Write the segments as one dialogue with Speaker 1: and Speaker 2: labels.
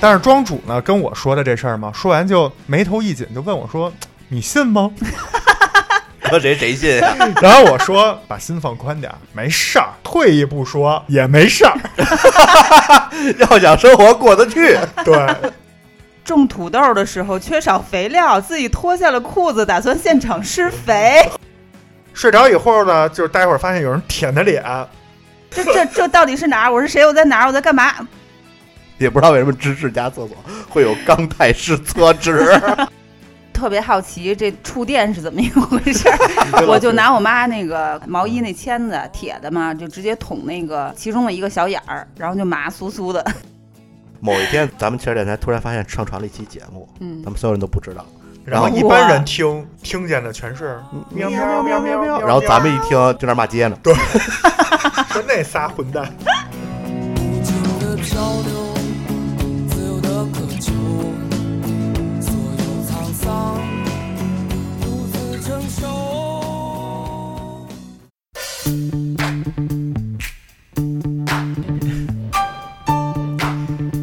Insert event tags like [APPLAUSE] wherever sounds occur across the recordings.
Speaker 1: 但是庄主呢跟我说的这事儿嘛，说完就眉头一紧，就问我说：“你信吗
Speaker 2: 说谁谁信啊？？” [LAUGHS]
Speaker 1: 然后我说：“把心放宽点儿，没事儿，退一步说也没事儿。
Speaker 2: 要想生活过得去，”
Speaker 1: 对，
Speaker 3: 种土豆的时候缺少肥料，自己脱下了裤子，打算现场施肥。
Speaker 1: 睡着以后呢，就是待会儿发现有人舔他脸，
Speaker 3: 这这这到底是哪儿？我是谁？我在哪儿？我在干嘛？
Speaker 2: 也不知道为什么芝士家厕所会有钢泰式厕
Speaker 3: [LAUGHS]
Speaker 2: 纸。
Speaker 3: 特别好奇这触电是怎么一回事儿，我就拿我妈那个毛衣那签子，铁的嘛，就直接捅那个其中的一个小眼儿，然后就麻酥酥的。
Speaker 2: 某一天，咱们汽车电台突然发现上传了一期节目，
Speaker 3: 嗯
Speaker 2: 咱，们所有人都不知道，
Speaker 1: 然后一般人听听见的全是喵喵喵喵喵，
Speaker 2: 然后咱们一听就那儿骂街呢。
Speaker 1: 说那仨混蛋。
Speaker 4: 无尽的漂流，自由的渴求，所有沧桑独自承受。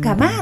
Speaker 3: 干嘛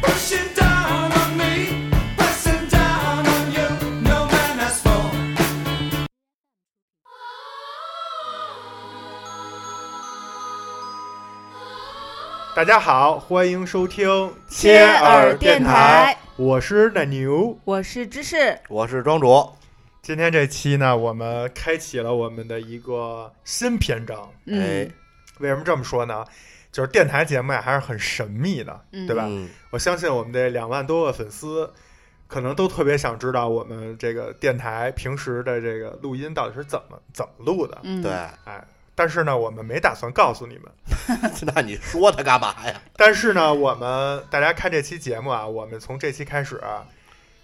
Speaker 4: Pushing down on me, pressing down on you, no man has fallen.
Speaker 1: 大家好，欢迎收听
Speaker 3: 切耳电台，
Speaker 1: 我是奶牛。
Speaker 3: 我是芝士，
Speaker 2: 我是庄主，
Speaker 1: 今天这期呢，我们开启了我们的一个新篇章。
Speaker 2: 哎
Speaker 3: 嗯，，
Speaker 1: 为什么这么说呢？就是电台节目呀，还是很神秘的，
Speaker 3: 嗯
Speaker 1: 对吧？
Speaker 2: 嗯
Speaker 1: 我相信我们这两万多个粉丝，可能都特别想知道我们这个电台平时的这个录音到底是怎么怎么录的。
Speaker 3: 嗯，
Speaker 2: 对， [LAUGHS]
Speaker 3: 嗯，
Speaker 1: 哎，但是呢，我们没打算告诉你们。
Speaker 2: 那你说他干嘛呀？
Speaker 1: 但是呢，我们大家看这期节目啊，我们从这期开始、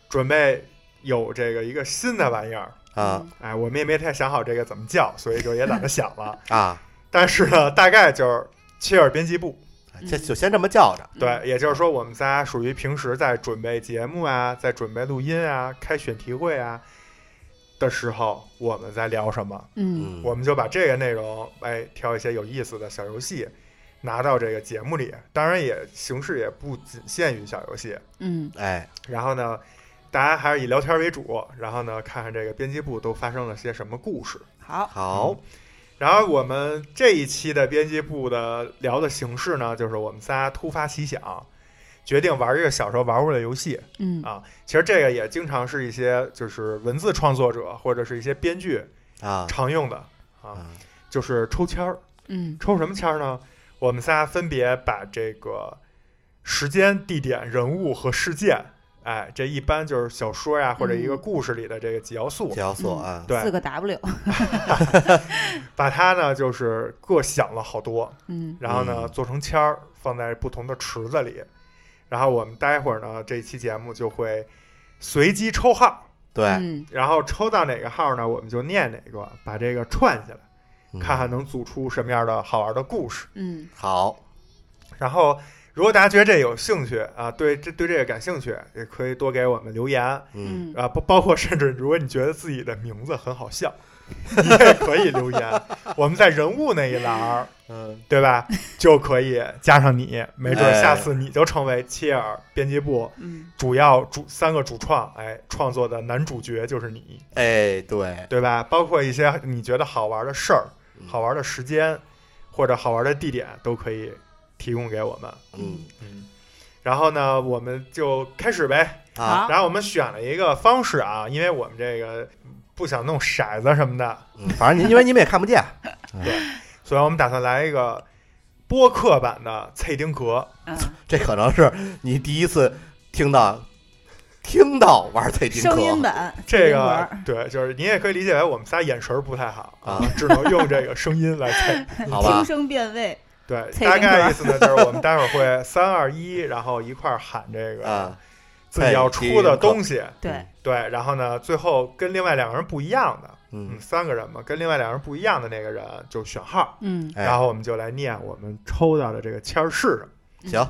Speaker 1: 准备有这个一个新的玩意儿。
Speaker 2: 啊
Speaker 1: 哎，我们也没太想好这个怎么叫，所以就也懒得想了。
Speaker 2: [LAUGHS] 啊，
Speaker 1: 但是呢，大概就是切尔编辑部。
Speaker 3: 嗯
Speaker 2: 这就先这么叫着。
Speaker 1: 对，也就是说，我们仨属于平时在准备节目啊，在准备录音啊、开选题会啊的时候，我们在聊什么，
Speaker 2: 嗯，
Speaker 3: 嗯，
Speaker 1: 我们就把这个内容，哎，挑一些有意思的小游戏，拿到这个节目里。当然，也形式也不仅限于小游戏。
Speaker 3: 嗯，
Speaker 2: 哎，
Speaker 1: 然后呢，大家还是以聊天为主，然后呢，看看这个编辑部都发生了些什么故事。嗯
Speaker 3: 好，
Speaker 2: 好，
Speaker 1: 然后我们这一期的编辑部的聊的形式呢，就是我们仨突发奇想，决定玩一个小时候玩过的游戏。
Speaker 3: 嗯
Speaker 1: 啊其实这个也经常是一些就是文字创作者或者是一些编剧
Speaker 2: 啊
Speaker 1: 常用的啊，
Speaker 2: 啊，
Speaker 1: 就是抽签儿。
Speaker 3: 嗯
Speaker 1: 抽什么签儿呢？我们仨分别把这个时间、地点、人物和事件，哎，这一般就是小说呀或者一个故事里的这个几要素，
Speaker 2: 解要素啊，
Speaker 1: 对
Speaker 3: 四个 W，
Speaker 1: 把它呢就是各想了好多，
Speaker 3: 嗯
Speaker 1: 然后呢
Speaker 2: 嗯
Speaker 1: 做成签儿放在不同的池子里，然后我们待会儿呢这一期节目就会随机抽号，
Speaker 2: 对，
Speaker 3: 嗯
Speaker 1: 然后抽到哪个号呢，我们就念哪个，把这个串起来，
Speaker 2: 嗯
Speaker 1: 看看能组出什么样的好玩的故事。
Speaker 3: 嗯
Speaker 2: 好，
Speaker 1: 然后，如果大家觉得这有兴趣啊，对这对这个感兴趣，也可以多给我们留言啊，
Speaker 2: 嗯，
Speaker 3: 嗯，
Speaker 1: 包包括甚至如果你觉得自己的名字很好笑， [LAUGHS] 你也可以留言。我们在人物那一栏儿，
Speaker 2: 嗯，
Speaker 1: 对吧，就可以加上你，没准儿
Speaker 2: 哎
Speaker 1: 下次你就成为切尔编辑部
Speaker 3: 嗯
Speaker 1: 主要主三个主创，哎，创作的男主角就是你。
Speaker 2: 哎，对，
Speaker 1: 对吧？包括一些你觉得好玩的事儿、
Speaker 2: 嗯
Speaker 1: 好玩的时间或者好玩的地点，都可以提供给我们。
Speaker 2: 嗯
Speaker 1: 嗯，然后呢，我们就开始呗。
Speaker 3: 嗯
Speaker 2: 啊，
Speaker 1: 然后我们选了一个方式啊，因为我们这个不想弄骰子什么的，
Speaker 2: 嗯反正你因为你们也看不见，
Speaker 1: 所以我们打算来一个播客版的蔡丁壳。
Speaker 3: 嗯，
Speaker 2: 这可能是你第一次听到听到玩蔡丁
Speaker 3: 声音
Speaker 2: 壳，
Speaker 3: 版，
Speaker 1: 这
Speaker 3: 英文
Speaker 1: 个
Speaker 3: 儿
Speaker 1: 对，就是你也可以理解为我们仨眼神儿不太好
Speaker 2: 啊，
Speaker 1: 只能用这个声音来猜。
Speaker 2: 好吧
Speaker 3: 听？声辨位，
Speaker 1: 对，
Speaker 3: 蔡
Speaker 1: 大
Speaker 3: 丁
Speaker 1: 概
Speaker 3: 格
Speaker 1: 意思呢，就是我们待会儿会三二一，然后一块儿喊这个
Speaker 2: 啊，
Speaker 1: 自己要出的东西，
Speaker 3: 对，
Speaker 1: 对，然后呢，最后跟另外两个人不一样的，
Speaker 2: 嗯
Speaker 1: 嗯，，三个人嘛，跟另外两个人不一样的那个人就选号，
Speaker 3: 嗯，
Speaker 2: 哎
Speaker 1: 然后我们就来念我们抽到的这个签儿是什么。
Speaker 3: 嗯
Speaker 2: 行，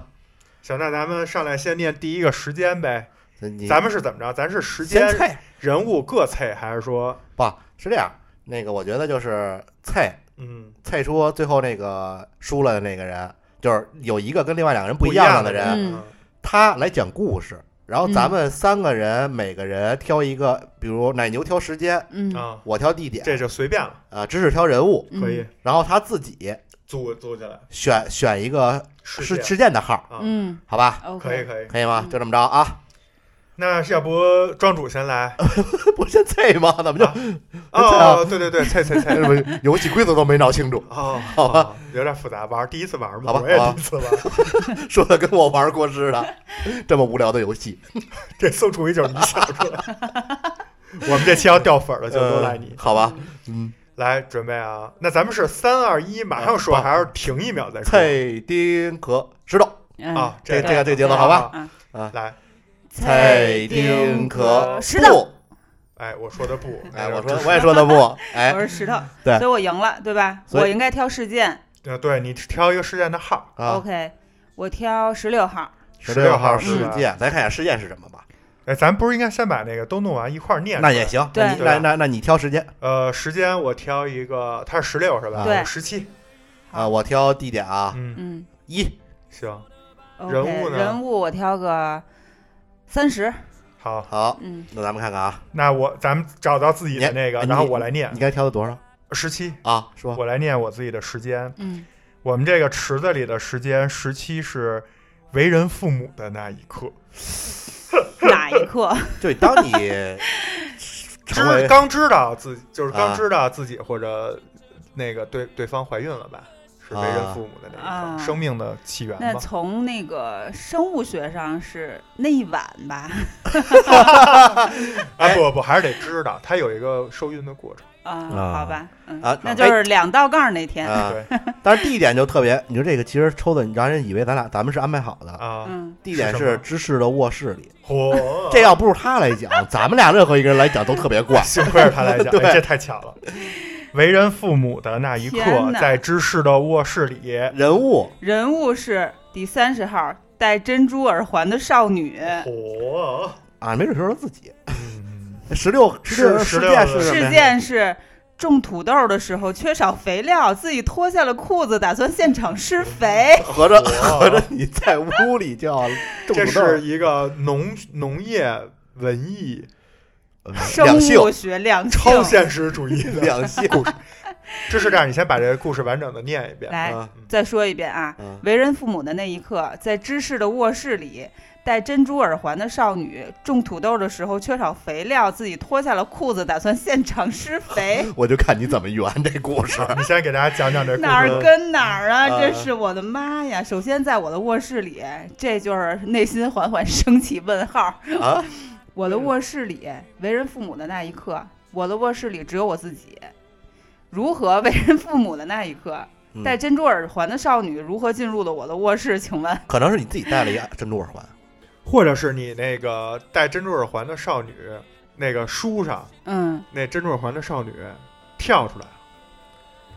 Speaker 1: 行，那咱们上来先念第一个时间呗。
Speaker 2: 那你
Speaker 1: 咱们是怎么着？咱是时间
Speaker 2: 先、猜
Speaker 1: 人物各猜，还是说，
Speaker 2: 不是这样？那个我觉得就是猜
Speaker 1: 嗯，
Speaker 2: 猜出最后那个输了的那个人，就是有一个跟另外两个人不
Speaker 1: 不
Speaker 2: 一样的
Speaker 1: 人？
Speaker 2: 人，
Speaker 3: 嗯
Speaker 2: 他来讲故事，然后
Speaker 3: 嗯
Speaker 2: 咱们三个人每个人挑一个，比如奶牛挑时间，
Speaker 3: 嗯，
Speaker 1: 啊，
Speaker 2: 我挑地点，
Speaker 1: 这就随便了，
Speaker 2: 啊，知识挑人物，
Speaker 3: 嗯
Speaker 1: 可以，
Speaker 2: 然后他自己
Speaker 1: 组组起来。
Speaker 2: 选选一个
Speaker 1: 世
Speaker 2: 事
Speaker 1: 界
Speaker 2: 事件的号，
Speaker 1: 啊，
Speaker 3: 嗯
Speaker 2: 好吧？
Speaker 3: ，OK，
Speaker 1: 可以可以。
Speaker 2: 可以吗？
Speaker 3: 嗯
Speaker 2: 就这么着啊？ [LAUGHS]
Speaker 1: 那要不庄主先来？
Speaker 2: 不是这吗？怎么就
Speaker 1: 啊哦，对对对，猜猜猜。
Speaker 2: 这不 [LAUGHS] 是游戏规则都没闹 [LAUGHS] 清楚？
Speaker 1: 哦，
Speaker 2: 好吧
Speaker 1: 哦，有点复杂，玩儿第一次玩儿嘛，
Speaker 2: 好吧
Speaker 1: 我也
Speaker 2: 好吧
Speaker 1: 第一次玩儿。
Speaker 2: 说的跟我玩过似 [LAUGHS] 的，这么无聊的游戏。
Speaker 1: 这宋楚瑜就是你想出
Speaker 3: [LAUGHS]
Speaker 1: 来的。我们这期要掉粉儿了，就都赖你
Speaker 2: 呃。好吧？嗯，
Speaker 1: 来准备啊！那咱们是三二一，马上说，
Speaker 2: 啊
Speaker 1: 还是停一秒再说？
Speaker 2: 蔡丁和石头，
Speaker 3: 嗯
Speaker 1: 啊，个
Speaker 2: 这这个这个节奏
Speaker 3: 嗯
Speaker 2: 好吧？
Speaker 3: 啊，
Speaker 1: 来，
Speaker 2: 蔡丁和
Speaker 3: 石头，
Speaker 1: 哎，我说的
Speaker 2: [LAUGHS]
Speaker 1: 不，
Speaker 2: 哎，
Speaker 1: 然后
Speaker 2: 我
Speaker 1: 这
Speaker 2: 说我也说的 [LAUGHS] 不，哎
Speaker 3: 我，是石头，
Speaker 2: 对
Speaker 3: 所以我赢了，对吧？
Speaker 2: 所以
Speaker 3: 我应该挑事件
Speaker 1: 呃，对你挑一个事件的号，
Speaker 2: 啊，
Speaker 3: ，OK，我挑十六号，
Speaker 2: 十
Speaker 1: 六
Speaker 2: 六号
Speaker 1: 事
Speaker 2: 事
Speaker 1: 件。
Speaker 2: 件，咱看一下事件是什么吧。
Speaker 1: 哎，咱不是应该先把那个都弄完一块儿念？
Speaker 2: 那也。行，那你
Speaker 1: 对
Speaker 2: 那那那你挑时间
Speaker 1: 呃，时间我挑一个，它是十六是吧？
Speaker 3: 对
Speaker 1: 十七。
Speaker 2: 啊，我挑地点啊，
Speaker 1: 嗯，
Speaker 3: 嗯
Speaker 2: 一
Speaker 1: 行，
Speaker 3: ，OK，
Speaker 1: 人物呢
Speaker 3: 人物我挑个三十，
Speaker 1: 好，
Speaker 2: 好，
Speaker 3: 嗯，
Speaker 2: 那咱们看看啊，哎
Speaker 1: 那我咱们找到自己的那个，
Speaker 2: 你
Speaker 1: 然后我来念
Speaker 2: 你该挑的多少
Speaker 1: 十七，
Speaker 2: 啊？说
Speaker 1: 我来念我自己的时间。
Speaker 3: 嗯，
Speaker 1: 我们这个池子里的时间，十七是为人父母的那一刻，
Speaker 3: 哪一
Speaker 1: [LAUGHS]
Speaker 3: 刻？
Speaker 2: 对，当 [LAUGHS] 你成
Speaker 1: 知
Speaker 2: 为
Speaker 1: 刚知道自己就是刚
Speaker 2: 啊
Speaker 1: 知道自己或者那个对对方怀孕了吧，是为人父母的那一刻，
Speaker 3: 啊
Speaker 1: 生命的起源
Speaker 3: 那
Speaker 1: 嘛。
Speaker 3: 从那个生物学上是那一晚吧？哎
Speaker 1: 啊，不不，还是得知道，它有一个受孕的过程。
Speaker 3: 啊，
Speaker 2: 啊
Speaker 3: 好吧，嗯
Speaker 2: 啊，
Speaker 3: 那
Speaker 1: 哎
Speaker 3: 就是两道杠那天，
Speaker 2: 啊，
Speaker 1: 对
Speaker 2: 但是地点就特别，你说这个其实抽的，你让人以为咱俩咱们是安排好的。
Speaker 1: 啊，
Speaker 3: 嗯，
Speaker 2: 地点
Speaker 1: 是什
Speaker 2: 是
Speaker 1: 么哦
Speaker 2: 芝士的卧室里，
Speaker 3: [LAUGHS]
Speaker 1: 嚯，。
Speaker 2: 这要不是他来讲，咱们俩任何一个人来讲都特别怪
Speaker 1: 幸亏 [LAUGHS] 是他来讲，
Speaker 2: 对
Speaker 1: 哎这太巧了。为人父母的那一刻
Speaker 3: 天，哪
Speaker 1: 在知识的卧室里，
Speaker 2: 人物
Speaker 3: 人物是第三十号戴珍珠耳环的少女，
Speaker 2: [LAUGHS]
Speaker 1: 嚯，
Speaker 2: 啊，没准就是自己。 [LAUGHS]
Speaker 1: 嗯
Speaker 2: 十六
Speaker 1: 是
Speaker 2: 六
Speaker 1: 16
Speaker 2: 事件是什么呀
Speaker 3: 事件是种土豆的时候缺少肥料，自己脱下了裤子，打算现场施肥。
Speaker 2: 合着
Speaker 1: 哇
Speaker 2: [LAUGHS] 合着你在屋里就要种
Speaker 1: 这
Speaker 2: 土豆
Speaker 1: 是一个农农业文艺
Speaker 2: 嗯
Speaker 3: 生
Speaker 2: 两性
Speaker 3: 物学两性
Speaker 1: 超现实主义的
Speaker 2: [LAUGHS] 两性
Speaker 1: 故事。知识站，你先把这个故事完整的念一遍。
Speaker 3: 来
Speaker 2: 啊
Speaker 3: 再说一遍啊，
Speaker 2: 嗯
Speaker 3: 为人父母的那一刻，在知识的卧室里，戴珍珠耳环的少女种土豆的时候缺少肥料，自己脱下了裤子，打算现场施肥。
Speaker 2: 我就看你怎么圆这故事。
Speaker 1: 啊你先给大家讲讲这故
Speaker 3: [LAUGHS] 哪儿
Speaker 1: 事。
Speaker 3: 跟哪儿啊！
Speaker 2: 嗯
Speaker 3: 这是我的妈呀！首先，在我的卧室里，这就是内心缓缓升起问号。
Speaker 2: 啊，
Speaker 3: [LAUGHS] 我的卧室里，为人父母的那一刻，我的卧室里只有我自己。如何为人父母的那一刻，
Speaker 2: 嗯
Speaker 3: 戴珍珠耳环的少女如何进入了我的卧室？
Speaker 1: [LAUGHS]
Speaker 3: 请问，
Speaker 2: 可能是你自己戴了一个珍珠耳环，
Speaker 1: 或者是你那个戴珍珠耳环的少女，那个书上
Speaker 3: 嗯
Speaker 1: 那珍珠耳环的少女跳
Speaker 3: [LAUGHS]
Speaker 1: 出来了。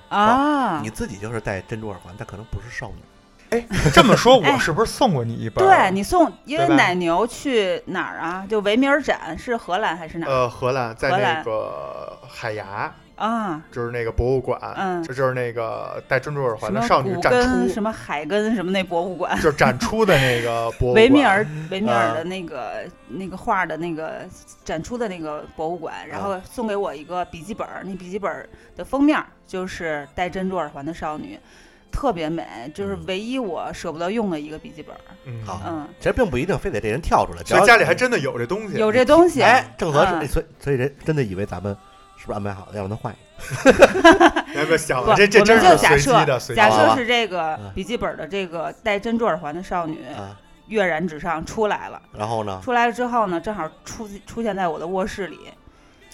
Speaker 3: 啊，
Speaker 2: 你自己就是戴珍珠耳环，但可能不是少女。
Speaker 1: 这么说，我
Speaker 3: 哎
Speaker 1: 是不是送过你一本？
Speaker 3: 对，你送，因为
Speaker 1: 对吧
Speaker 3: 奶牛去哪儿啊？就维米尔展是荷兰还是哪儿
Speaker 1: 呃，荷兰在
Speaker 3: 荷
Speaker 1: 那
Speaker 3: 兰
Speaker 1: 个海牙，
Speaker 3: 啊？
Speaker 1: 就是那个博物馆，
Speaker 3: 嗯
Speaker 1: 这就是那个戴珍珠耳
Speaker 3: 什
Speaker 1: 环的
Speaker 3: 么
Speaker 1: 少女
Speaker 3: 古
Speaker 1: 展
Speaker 3: 根、
Speaker 1: 出，
Speaker 3: 什么海根、什么那博物馆？
Speaker 1: 就是展出的那个博物馆。
Speaker 3: 维米尔维米尔
Speaker 1: 啊
Speaker 3: 的那个、那个画的那个展出的那个博物
Speaker 1: 啊
Speaker 3: 馆，然后送给我一个笔记本儿，那笔记本儿的封面儿就是戴珍珠耳环的少女，特别美，就是
Speaker 2: 嗯
Speaker 3: 唯一我舍不得用的一个笔记本儿。
Speaker 1: 嗯，
Speaker 2: 好
Speaker 3: 嗯，
Speaker 2: 其实并不一定非得这人跳出来，只
Speaker 1: 所
Speaker 2: 要
Speaker 1: 以家里还真的有这东西。
Speaker 3: 有这东西，
Speaker 2: 哎，正合
Speaker 3: 嗯
Speaker 2: 适，所以所以人真的以为咱们是不是安排好的，要不然他换一个。
Speaker 1: 来个小
Speaker 3: 不，
Speaker 1: 的，这这
Speaker 3: 我们
Speaker 1: 真
Speaker 3: 就是假
Speaker 1: 随机
Speaker 3: 设
Speaker 1: 的，随机
Speaker 3: 假
Speaker 1: 的。
Speaker 3: 设是这个
Speaker 2: 嗯
Speaker 3: 笔记本儿的这个戴珍珠耳环的少女
Speaker 2: 啊，
Speaker 3: 跃然纸上出来了，
Speaker 2: 然后呢，
Speaker 3: 出来了之后呢，正好出出现在我的卧室里，
Speaker 1: 啊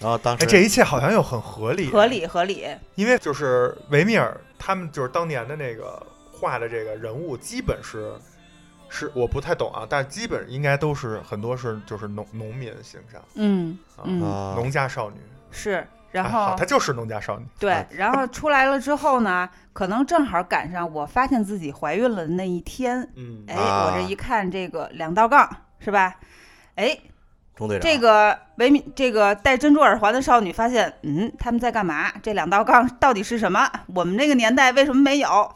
Speaker 2: 然后当
Speaker 1: 哎，这
Speaker 2: 时
Speaker 1: 一切好像又很合理，
Speaker 3: 合，理合理，
Speaker 1: 因为就是维米尔他们就是当年的那个画的这个人物，基本是是我不太懂啊，但是基本应该都是很多是就是农农民形象，
Speaker 3: 嗯
Speaker 1: 啊
Speaker 3: 嗯
Speaker 2: 啊，
Speaker 1: 农家少女。
Speaker 3: 是，然
Speaker 1: 哎
Speaker 3: 后
Speaker 1: 好，她就是农家少女。
Speaker 3: 对
Speaker 2: 啊，
Speaker 3: 然后出来了之后呢，可能正好赶上我发现自己怀孕了的那一天，
Speaker 1: 嗯
Speaker 3: 哎，
Speaker 2: 啊
Speaker 3: 我这一看这个两道杠是吧？哎，
Speaker 2: 中队长
Speaker 3: 这个维米这个戴珍珠耳环的少女发现，嗯，他们在干嘛？这两道杠到底是什么？我们这个年代为什么没有？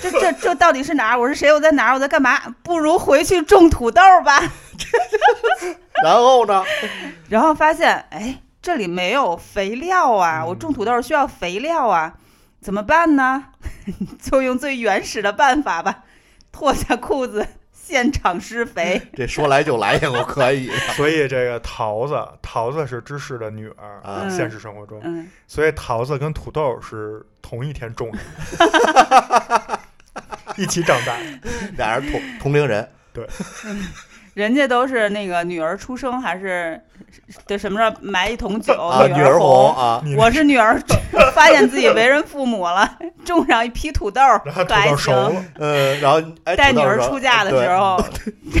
Speaker 3: 这这这到底是哪儿？我是谁？我在哪儿？我在干嘛？不如回去种土豆吧。
Speaker 2: 然后呢？
Speaker 3: 然后发现，哎，这里没有肥料
Speaker 1: 嗯
Speaker 3: 啊，我种土豆需要肥料啊，怎么办呢？ [LAUGHS] 就用最原始的办法吧，脱下裤子现场施肥。
Speaker 2: 这说来就来呀，我可以 [LAUGHS]
Speaker 1: 所以这个桃子，桃子是芝士的女儿，
Speaker 2: 啊
Speaker 3: 嗯
Speaker 1: 现实生活中，
Speaker 3: 嗯，
Speaker 1: 所以桃子跟土豆是同一天种的，
Speaker 2: [LAUGHS]
Speaker 1: 一起长大。
Speaker 2: 俩人同同龄人，
Speaker 3: 人家都是那个女儿出生还是对什么时候埋一桶酒，
Speaker 2: 啊，女
Speaker 3: 哦儿
Speaker 2: 儿红。啊，
Speaker 1: 你
Speaker 3: 我是女儿，发现自己为人父母了， [LAUGHS] 种上一批土豆，
Speaker 1: 然后
Speaker 3: 可
Speaker 1: 土
Speaker 3: 还
Speaker 1: 豆熟
Speaker 3: 行。
Speaker 1: 了，哎
Speaker 2: 嗯，然后哎，
Speaker 3: 带女
Speaker 2: 土豆
Speaker 3: 儿
Speaker 2: 说
Speaker 3: 出嫁的时，候，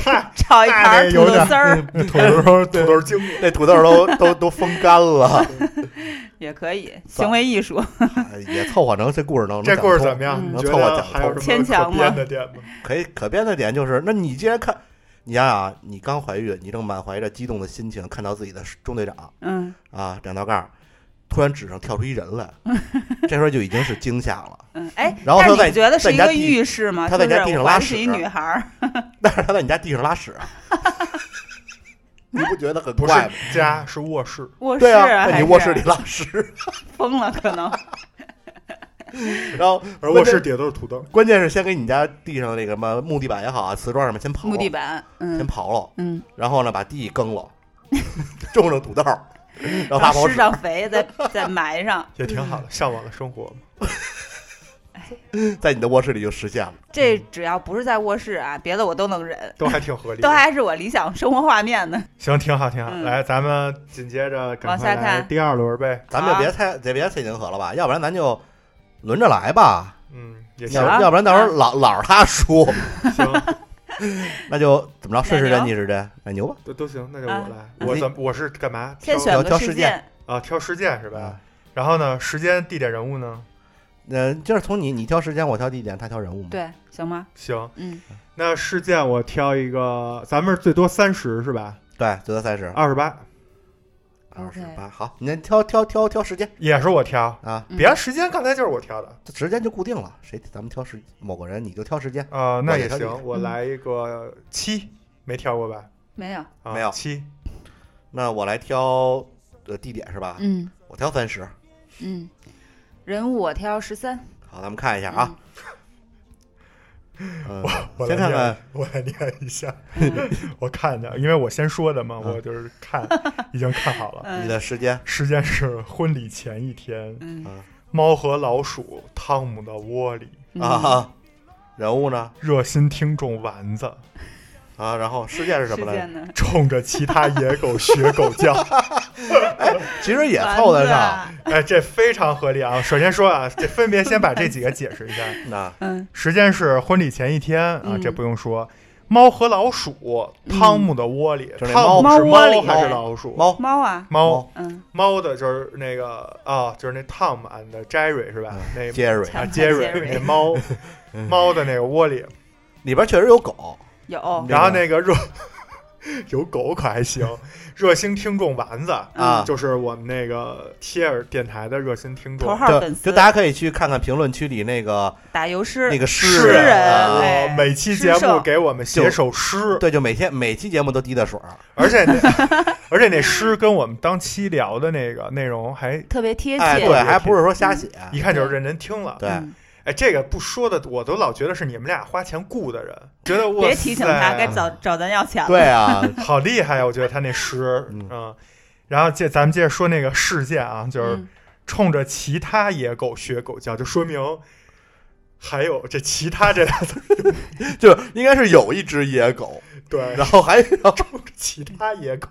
Speaker 1: 那
Speaker 3: [LAUGHS] 炒一
Speaker 1: 那
Speaker 3: 盘
Speaker 1: 得
Speaker 3: 土
Speaker 1: 有
Speaker 3: 豆
Speaker 1: 点嗯
Speaker 3: 丝儿
Speaker 1: 那土豆 [LAUGHS] 土豆精
Speaker 2: 对那土豆都都都风干了， [LAUGHS]
Speaker 3: 也可以，行为艺术。
Speaker 2: 哎也凑合能这故事能
Speaker 1: 这
Speaker 2: 能
Speaker 1: 故事
Speaker 2: 讲
Speaker 1: 怎么样？
Speaker 3: 嗯
Speaker 1: 你觉
Speaker 2: 能凑合
Speaker 1: 得
Speaker 2: 讲
Speaker 1: 还有什
Speaker 3: 牵
Speaker 1: 么可
Speaker 3: 强吗
Speaker 1: 编的点吗？
Speaker 2: 可以可变的点就是，那你既然看，你想想啊，你刚怀孕，你正满怀着激动的心情看到自己的中队长
Speaker 3: 嗯
Speaker 2: 啊，两道杠，突然纸上跳出一人来，这时候就已经是惊吓了。
Speaker 3: 嗯，哎，
Speaker 2: 然后
Speaker 3: 但
Speaker 2: 他
Speaker 3: 是
Speaker 2: 在
Speaker 3: 你觉得是一
Speaker 2: 在
Speaker 3: 个
Speaker 2: 你家地
Speaker 3: 浴室吗？
Speaker 2: 他在
Speaker 3: 就是
Speaker 2: 家地上
Speaker 3: 我
Speaker 2: 拉
Speaker 3: 是一
Speaker 2: 屎
Speaker 3: 女孩儿，
Speaker 2: [LAUGHS] 但是他在你家地上拉屎，啊
Speaker 3: [LAUGHS]
Speaker 2: 你不觉得很
Speaker 1: 不是
Speaker 2: 怪吗？
Speaker 1: 家，是卧室。
Speaker 3: 卧室
Speaker 2: 对啊，
Speaker 3: 还
Speaker 2: 在
Speaker 3: 是
Speaker 2: 你卧室里拉屎，
Speaker 3: [LAUGHS] 疯了可
Speaker 2: [LAUGHS]
Speaker 3: 能。
Speaker 2: 然后
Speaker 1: 而卧室底下都是土豆，
Speaker 2: 关键是先给你家地上那个什么木地板也好啊，瓷砖上面先刨，
Speaker 3: 木地板，
Speaker 2: 先
Speaker 3: 嗯
Speaker 2: 刨了，
Speaker 3: 嗯，
Speaker 2: 然后呢把地耕了， [LAUGHS] 种上土豆，然后
Speaker 3: 然
Speaker 2: 拉
Speaker 3: 后
Speaker 2: 泡
Speaker 3: 施
Speaker 2: 屎，
Speaker 3: 上肥，再再埋上。
Speaker 1: 也挺
Speaker 3: 嗯
Speaker 1: 好的，向往的生活嘛。
Speaker 2: 在你的卧室里就实现了。
Speaker 3: 这只要不是在卧室啊，别的我都能忍，
Speaker 1: 都还挺合理的，
Speaker 3: 都还是我理想生活画面呢。
Speaker 1: 行，挺好，挺好。
Speaker 3: 嗯
Speaker 1: 来，咱们紧接着赶快
Speaker 3: 往下
Speaker 1: 来
Speaker 3: 看
Speaker 1: 第二轮呗。
Speaker 2: 咱们也
Speaker 3: 好
Speaker 2: 别太也别太迎合了吧，要不然咱就轮着来吧，
Speaker 1: 嗯，也行
Speaker 2: 要
Speaker 3: 啊
Speaker 2: 要不然到时候老老是他输，
Speaker 1: 行，
Speaker 2: [LAUGHS] 那就怎么着顺时针
Speaker 3: 奶
Speaker 2: 逆时针，奶牛吧，
Speaker 1: 都都行，那就我来。
Speaker 2: 嗯
Speaker 1: 我怎么我是干嘛？
Speaker 3: 先
Speaker 1: 挑
Speaker 3: 选嗯
Speaker 2: 挑
Speaker 3: 个
Speaker 2: 事
Speaker 3: 事
Speaker 2: 件
Speaker 3: 件，
Speaker 1: 啊，挑事件是
Speaker 2: 对吧
Speaker 1: 吧？？然后呢，时间、地点、人物呢？
Speaker 2: 嗯，就是从你你挑时间，我挑地点，他挑人物嘛。
Speaker 3: 对，行吗？
Speaker 1: 行，
Speaker 3: 嗯，
Speaker 1: 那事件我挑一个，咱们最多三十是吧？
Speaker 2: 对，最多三十，
Speaker 1: 二十八
Speaker 2: 啊二十
Speaker 3: OK
Speaker 2: 八。好，你先挑挑挑挑时间
Speaker 1: 也是我挑，
Speaker 2: 啊，
Speaker 3: 嗯
Speaker 1: 别时间刚才就是我挑的
Speaker 2: 这时间就固定了，谁咱们挑时某个人你就挑时间，
Speaker 1: 啊，那
Speaker 2: 我
Speaker 1: 也
Speaker 2: 也挑地
Speaker 1: 行，
Speaker 2: 点
Speaker 1: 我
Speaker 3: 嗯
Speaker 1: 来一个七，没挑过吧？
Speaker 3: 没有，
Speaker 1: 啊
Speaker 2: 没有
Speaker 1: 七，
Speaker 2: 那我来挑呃地点是吧？
Speaker 3: 嗯
Speaker 2: 我挑三十。
Speaker 3: 嗯，人物我挑十三
Speaker 2: 好，咱们看一下啊，，嗯，
Speaker 1: 我来
Speaker 2: 先看
Speaker 1: 念
Speaker 2: 看，
Speaker 1: [LAUGHS] 我来念一下， [LAUGHS]
Speaker 3: 嗯
Speaker 1: 我看见，因为我先说的嘛，
Speaker 2: 嗯
Speaker 1: 我就是看，已经看好了。
Speaker 2: 你
Speaker 3: 嗯
Speaker 2: 的时间
Speaker 1: 时间是婚礼前一天，
Speaker 3: 嗯
Speaker 1: 猫和老鼠汤姆的窝里，
Speaker 3: 嗯
Speaker 2: 啊，人物呢
Speaker 1: 热心听众丸子
Speaker 2: 啊，然后事件是什
Speaker 3: 事
Speaker 2: 么来着
Speaker 3: 件？呢？
Speaker 1: 冲着其他野狗学狗叫。 [LAUGHS]
Speaker 2: 其实也凑得上。
Speaker 3: 丸子，啊
Speaker 1: 哎，这非常合理啊！首先说啊，这分别先把这几个解释一下。
Speaker 2: 那
Speaker 3: 嗯
Speaker 1: 时间是婚礼前一天啊，
Speaker 3: 嗯
Speaker 1: 这不用说。猫和老鼠，
Speaker 3: 嗯
Speaker 1: 汤姆的窝里，
Speaker 2: 就是那
Speaker 1: 汤姆
Speaker 3: 猫
Speaker 1: 是
Speaker 3: 窝里
Speaker 1: 还是老鼠？
Speaker 2: 猫
Speaker 3: 猫啊，
Speaker 1: 猫
Speaker 3: 嗯，
Speaker 1: 猫的就是那个啊，就是那 Tom and Jerry 是吧？那
Speaker 2: 杰瑞
Speaker 3: [LAUGHS]
Speaker 1: 啊
Speaker 3: 强
Speaker 1: 杰瑞
Speaker 3: 强杰
Speaker 1: 那
Speaker 3: 瑞
Speaker 1: 猫猫的那个窝里，
Speaker 2: 里边确实有狗，
Speaker 3: 有
Speaker 2: 对
Speaker 1: 然后
Speaker 2: 吧
Speaker 1: 那个热 [LAUGHS] 有狗可还行，热心听众丸子嗯
Speaker 2: 啊
Speaker 1: 就是我们那个贴耳电台的热心听
Speaker 3: 头
Speaker 1: 众。
Speaker 3: 号
Speaker 2: 就
Speaker 3: 粉
Speaker 2: 就
Speaker 3: 丝，
Speaker 2: 大家可以去看看评论区里那个
Speaker 3: 打油诗
Speaker 2: 那个
Speaker 1: 诗
Speaker 2: 人
Speaker 1: 人
Speaker 2: 啊
Speaker 3: 哎
Speaker 1: 哦每期节
Speaker 3: 诗
Speaker 1: 目
Speaker 3: 圣
Speaker 1: 给我们写首诗，
Speaker 2: 对，就每天每期节目都滴的水儿，
Speaker 1: 而且那 [LAUGHS] 而且那诗跟我们当期聊的那个内容还
Speaker 3: 特别贴切，
Speaker 2: 哎，对，还不是说瞎写，
Speaker 1: 一看就是认真听了。
Speaker 2: 对，
Speaker 3: 嗯
Speaker 1: 哎，这个不说的，我都老觉得是你们俩花钱雇的人，觉得我
Speaker 3: 别提醒他，该找找咱要钱了。
Speaker 2: 对
Speaker 3: [LAUGHS]
Speaker 2: 啊，
Speaker 1: 好厉害呀！我觉得他那诗，
Speaker 2: 嗯
Speaker 1: 嗯，然后接咱们接着说那个事件啊，就是
Speaker 3: 嗯
Speaker 1: 冲着其他野狗学狗叫，就说明还有这其他这俩字儿，
Speaker 2: 就是应该是有一只野狗，
Speaker 1: 对，
Speaker 2: 然后还有
Speaker 1: 冲着其他野狗，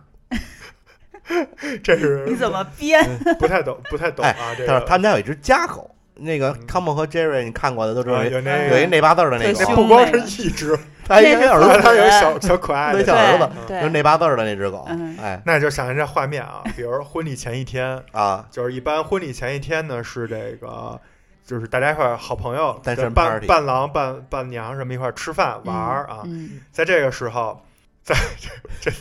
Speaker 1: 这是
Speaker 3: 你怎么编？
Speaker 1: 不太懂，不太懂啊？这
Speaker 2: 他
Speaker 1: 个
Speaker 2: 哎他们家有一只家狗，那个
Speaker 1: 嗯
Speaker 2: 汤姆和杰瑞你看过的都知道
Speaker 1: 啊
Speaker 2: 有
Speaker 1: 有那
Speaker 2: 有一
Speaker 3: 哎
Speaker 1: 个
Speaker 2: 那八字儿的那
Speaker 3: 对
Speaker 1: 那
Speaker 2: 狗
Speaker 3: 凶
Speaker 1: 不
Speaker 2: 啊，
Speaker 1: 光是一只，
Speaker 2: 他应该
Speaker 3: 那
Speaker 2: 儿
Speaker 3: 是
Speaker 2: 子
Speaker 1: [LAUGHS] 他
Speaker 3: 父子
Speaker 1: 他有一小小可爱
Speaker 2: 那
Speaker 1: 的
Speaker 2: 小儿子，
Speaker 3: 对
Speaker 2: 就是那八字儿的那只狗
Speaker 3: 嗯，
Speaker 2: 哎
Speaker 1: 那就想人家画面啊，比如婚礼前一天，
Speaker 2: 啊，
Speaker 1: 就是一般婚礼前一天呢是这个，就是大家一块儿好朋友，
Speaker 2: 单身
Speaker 1: 伴
Speaker 2: party
Speaker 1: 伴郎伴伴娘什么一块儿吃饭玩儿啊，
Speaker 3: 嗯，
Speaker 1: 在这个时候，在这这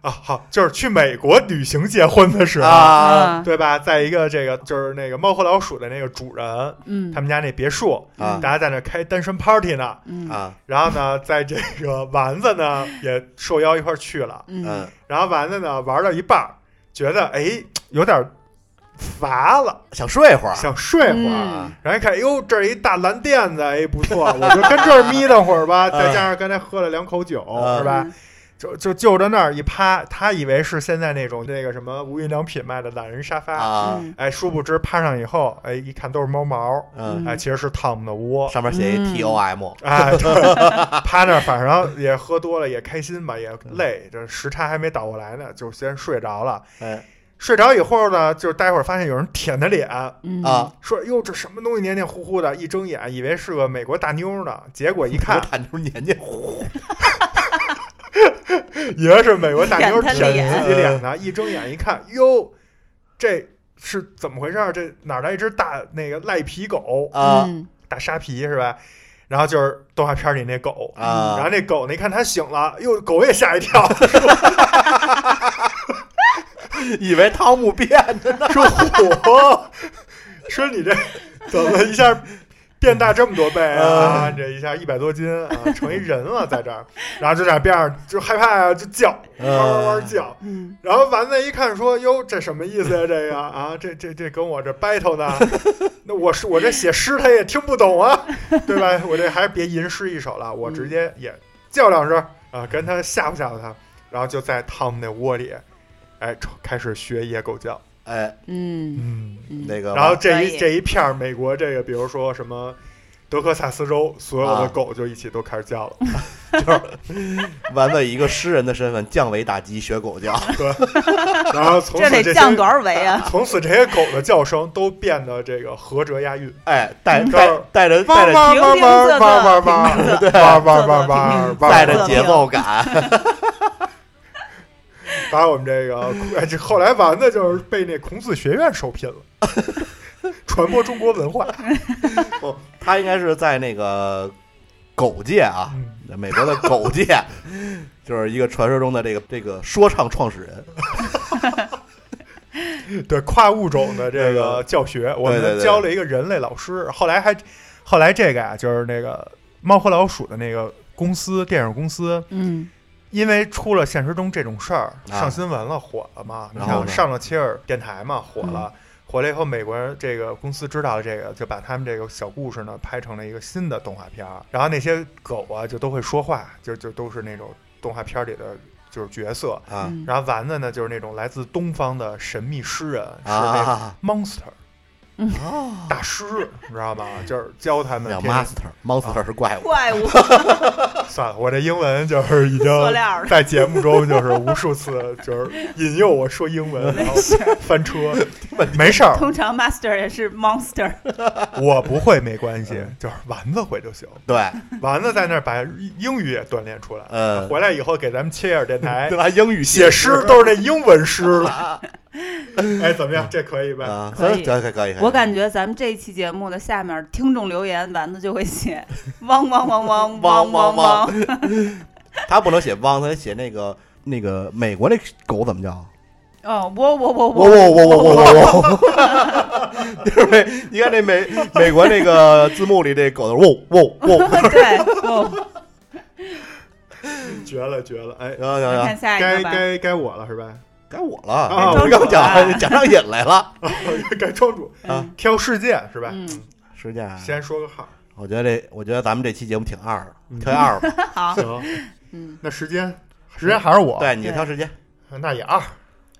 Speaker 1: 啊好，就是去美国旅行结婚的时候，
Speaker 2: 啊
Speaker 1: 对吧？在一个这个就是那个猫和老鼠的那个主人
Speaker 3: 嗯，
Speaker 1: 他们家那别墅，
Speaker 2: 啊
Speaker 1: 大家在那开单身 party 呢。
Speaker 3: 嗯
Speaker 2: 啊，
Speaker 1: 然后呢，在这个丸子呢也受邀一块儿去了，
Speaker 3: 嗯
Speaker 2: 嗯，
Speaker 1: 然后丸子呢玩到一半儿，觉得哎有点儿乏了，
Speaker 2: 想睡会儿，啊
Speaker 1: 想睡会儿。
Speaker 3: 嗯
Speaker 1: 然后一看，哟，这儿一大蓝垫子，哎，不
Speaker 2: [LAUGHS]
Speaker 1: 错，我就跟这儿眯瞪会儿吧。
Speaker 2: 嗯
Speaker 1: 再加上刚才喝了两口酒，
Speaker 2: 嗯
Speaker 1: 是吧？？就就就着那儿一趴，他以为是现在那种那个什么无印良品卖的懒人沙发，
Speaker 2: 啊，
Speaker 3: 嗯
Speaker 1: 哎，殊不知趴上以后，哎，一看都是猫毛，
Speaker 2: 嗯，
Speaker 1: 哎，其实是汤姆的窝。
Speaker 2: 上面写一
Speaker 3: 嗯
Speaker 2: T O M， [LAUGHS]
Speaker 1: 哎，对，趴那儿，反正也喝多了，也开心吧，也
Speaker 2: 嗯
Speaker 1: 累，这时差还没倒过来呢，就先睡着了。
Speaker 2: 哎
Speaker 1: 睡着以后呢，就是待会儿发现有人舔他脸，
Speaker 3: 嗯
Speaker 2: 啊，，
Speaker 1: 说哟这什么东西黏黏糊糊的，一睁眼以为是个美国大妞呢，结果一
Speaker 2: 我 [LAUGHS]
Speaker 1: 看
Speaker 2: 探出年纪糊，
Speaker 1: 以为是美国大妞
Speaker 3: 舔
Speaker 1: 舔
Speaker 3: 他脸
Speaker 1: 自己脸呢，一睁眼一看哟，这是怎么回事儿？这哪来一只大那个赖皮狗，
Speaker 2: 啊
Speaker 3: 嗯
Speaker 1: 大沙皮是吧？然后就是动画片里那狗，然
Speaker 2: 啊
Speaker 1: 后那狗呢一看它醒了，哟狗也吓一跳，
Speaker 2: 以为汤姆变的呢，
Speaker 1: 说嚯，说你这怎么一下变大这么多倍啊？这一下一百多斤啊，成一人了在这儿，然后就在边上就害怕啊，就叫，哇哇哇叫。
Speaker 3: 嗯
Speaker 1: 然后丸子一看说：“哟，这什么意思呀、这个啊，这这这跟我这 battle 呢？ [LAUGHS] 那我是我这写诗他也听不懂啊，对吧？我这还是别吟诗一首了，我直接也叫两声啊，跟他吓唬吓唬他。然后就在汤姆那窝里，哎，开始学野狗叫。
Speaker 2: 哎，
Speaker 3: 嗯
Speaker 1: 嗯，
Speaker 3: 嗯，
Speaker 2: 那个，
Speaker 1: 然后这
Speaker 3: 可
Speaker 1: 一
Speaker 3: 以
Speaker 1: 这一片儿美国这个，比如说什么德克萨斯州，所有的狗就一起都开始叫了。
Speaker 2: 丸子以一个诗人的身份降维打击学狗叫，
Speaker 1: 然后从
Speaker 3: 这
Speaker 1: 此
Speaker 3: 得
Speaker 1: 这
Speaker 3: 降
Speaker 1: 些
Speaker 3: 多少围
Speaker 1: [LAUGHS]
Speaker 3: 啊？
Speaker 1: 从此这些狗的叫声都变得这个合辙押韵，
Speaker 2: 哎，带
Speaker 1: 嗯
Speaker 2: 带带着带
Speaker 1: 汪
Speaker 2: 着
Speaker 1: 汪汪汪汪汪汪汪
Speaker 3: 平仄平仄
Speaker 1: 汪汪汪汪汪，
Speaker 2: 带着节奏感，
Speaker 1: 把我们这个哎这后来丸子就是被那孔子学院受聘了，传播中国文化。
Speaker 2: 不他应该是在那个狗界啊，
Speaker 1: 嗯
Speaker 2: 美国的狗界，就是一个传说中的这个这个说唱创始人，
Speaker 1: 对跨物种的这个教学，我
Speaker 2: 对
Speaker 1: 们
Speaker 2: 对
Speaker 1: 教了一个人类老师，后来还后来这个呀、就是那个猫和老鼠的那个公司电影公司，
Speaker 3: 嗯
Speaker 1: 因为出了现实中这种事儿，
Speaker 2: 啊
Speaker 1: 上新闻了，火了嘛，你
Speaker 2: 然后
Speaker 1: 看
Speaker 2: 呢嗯
Speaker 1: 上了切尔电台嘛，火了。火了以后，美国人这个公司知道了这个，就把他们这个小故事呢拍成了一个新的动画片儿。然后那些狗啊，就都会说话，就就都是那种动画片里的就是角色。
Speaker 2: 啊
Speaker 3: 嗯
Speaker 1: 然后丸子呢，就是那种来自东方的神秘诗人，是那个
Speaker 2: 啊
Speaker 1: monster
Speaker 2: 哦
Speaker 1: 大师，你知道吗？就是教他们
Speaker 2: 叫
Speaker 1: 天天。啊
Speaker 2: master monster 是怪物，
Speaker 3: 怪物
Speaker 1: 算了，我这英文就是已经
Speaker 3: 塑料的
Speaker 1: 在节目中就是无数次就是引诱我说英文，然后翻车。没事儿，
Speaker 3: 通常 master 也是 monster，
Speaker 1: 我不会没关系，就是丸子会就
Speaker 3: [LAUGHS]
Speaker 1: 行。
Speaker 2: 对，
Speaker 1: 丸子在那儿把英语也锻炼出来，
Speaker 2: 呃，
Speaker 1: [LAUGHS] 回来以后给咱们切尔电台
Speaker 2: 对吧？英语
Speaker 1: 写诗都是那英文诗了。哎，怎么样？这可以吧？
Speaker 2: 啊，
Speaker 3: 可以
Speaker 2: 可以可以可以，
Speaker 3: 我感觉咱们这一期节目的下面听众留言，丸子就会写汪汪汪
Speaker 2: [LAUGHS]
Speaker 3: 汪汪汪汪，
Speaker 2: 他不能写汪，他得写那个那个美国那狗怎么叫？
Speaker 3: 哦，我我
Speaker 2: 我
Speaker 3: 我
Speaker 2: 我我我我我我， [LAUGHS] 就是美，你看那美美国那个字幕里这狗的喔喔喔，
Speaker 3: [LAUGHS] 对，哦
Speaker 1: 绝了，绝了！哎，
Speaker 2: 行行
Speaker 3: 你
Speaker 2: 行
Speaker 3: 看，下
Speaker 1: 该
Speaker 3: 一个吧，
Speaker 1: 该该我了是吧？
Speaker 2: 该我啊了，
Speaker 1: 啊
Speaker 2: 我刚讲 [LAUGHS] 讲上瘾来了，
Speaker 1: [LAUGHS] 该庄主
Speaker 2: 啊
Speaker 1: 挑事件是吧？
Speaker 3: 嗯，
Speaker 2: 实际上
Speaker 1: 先说个号。
Speaker 2: 啊我觉得这，我觉得咱们这期节目挺二的，
Speaker 1: 嗯
Speaker 2: 挑一二吧。
Speaker 3: 好，
Speaker 1: 行，
Speaker 3: 嗯，
Speaker 1: 那时间时间还是我，
Speaker 2: 对，你
Speaker 3: 对
Speaker 2: 挑时间，
Speaker 1: 那也二。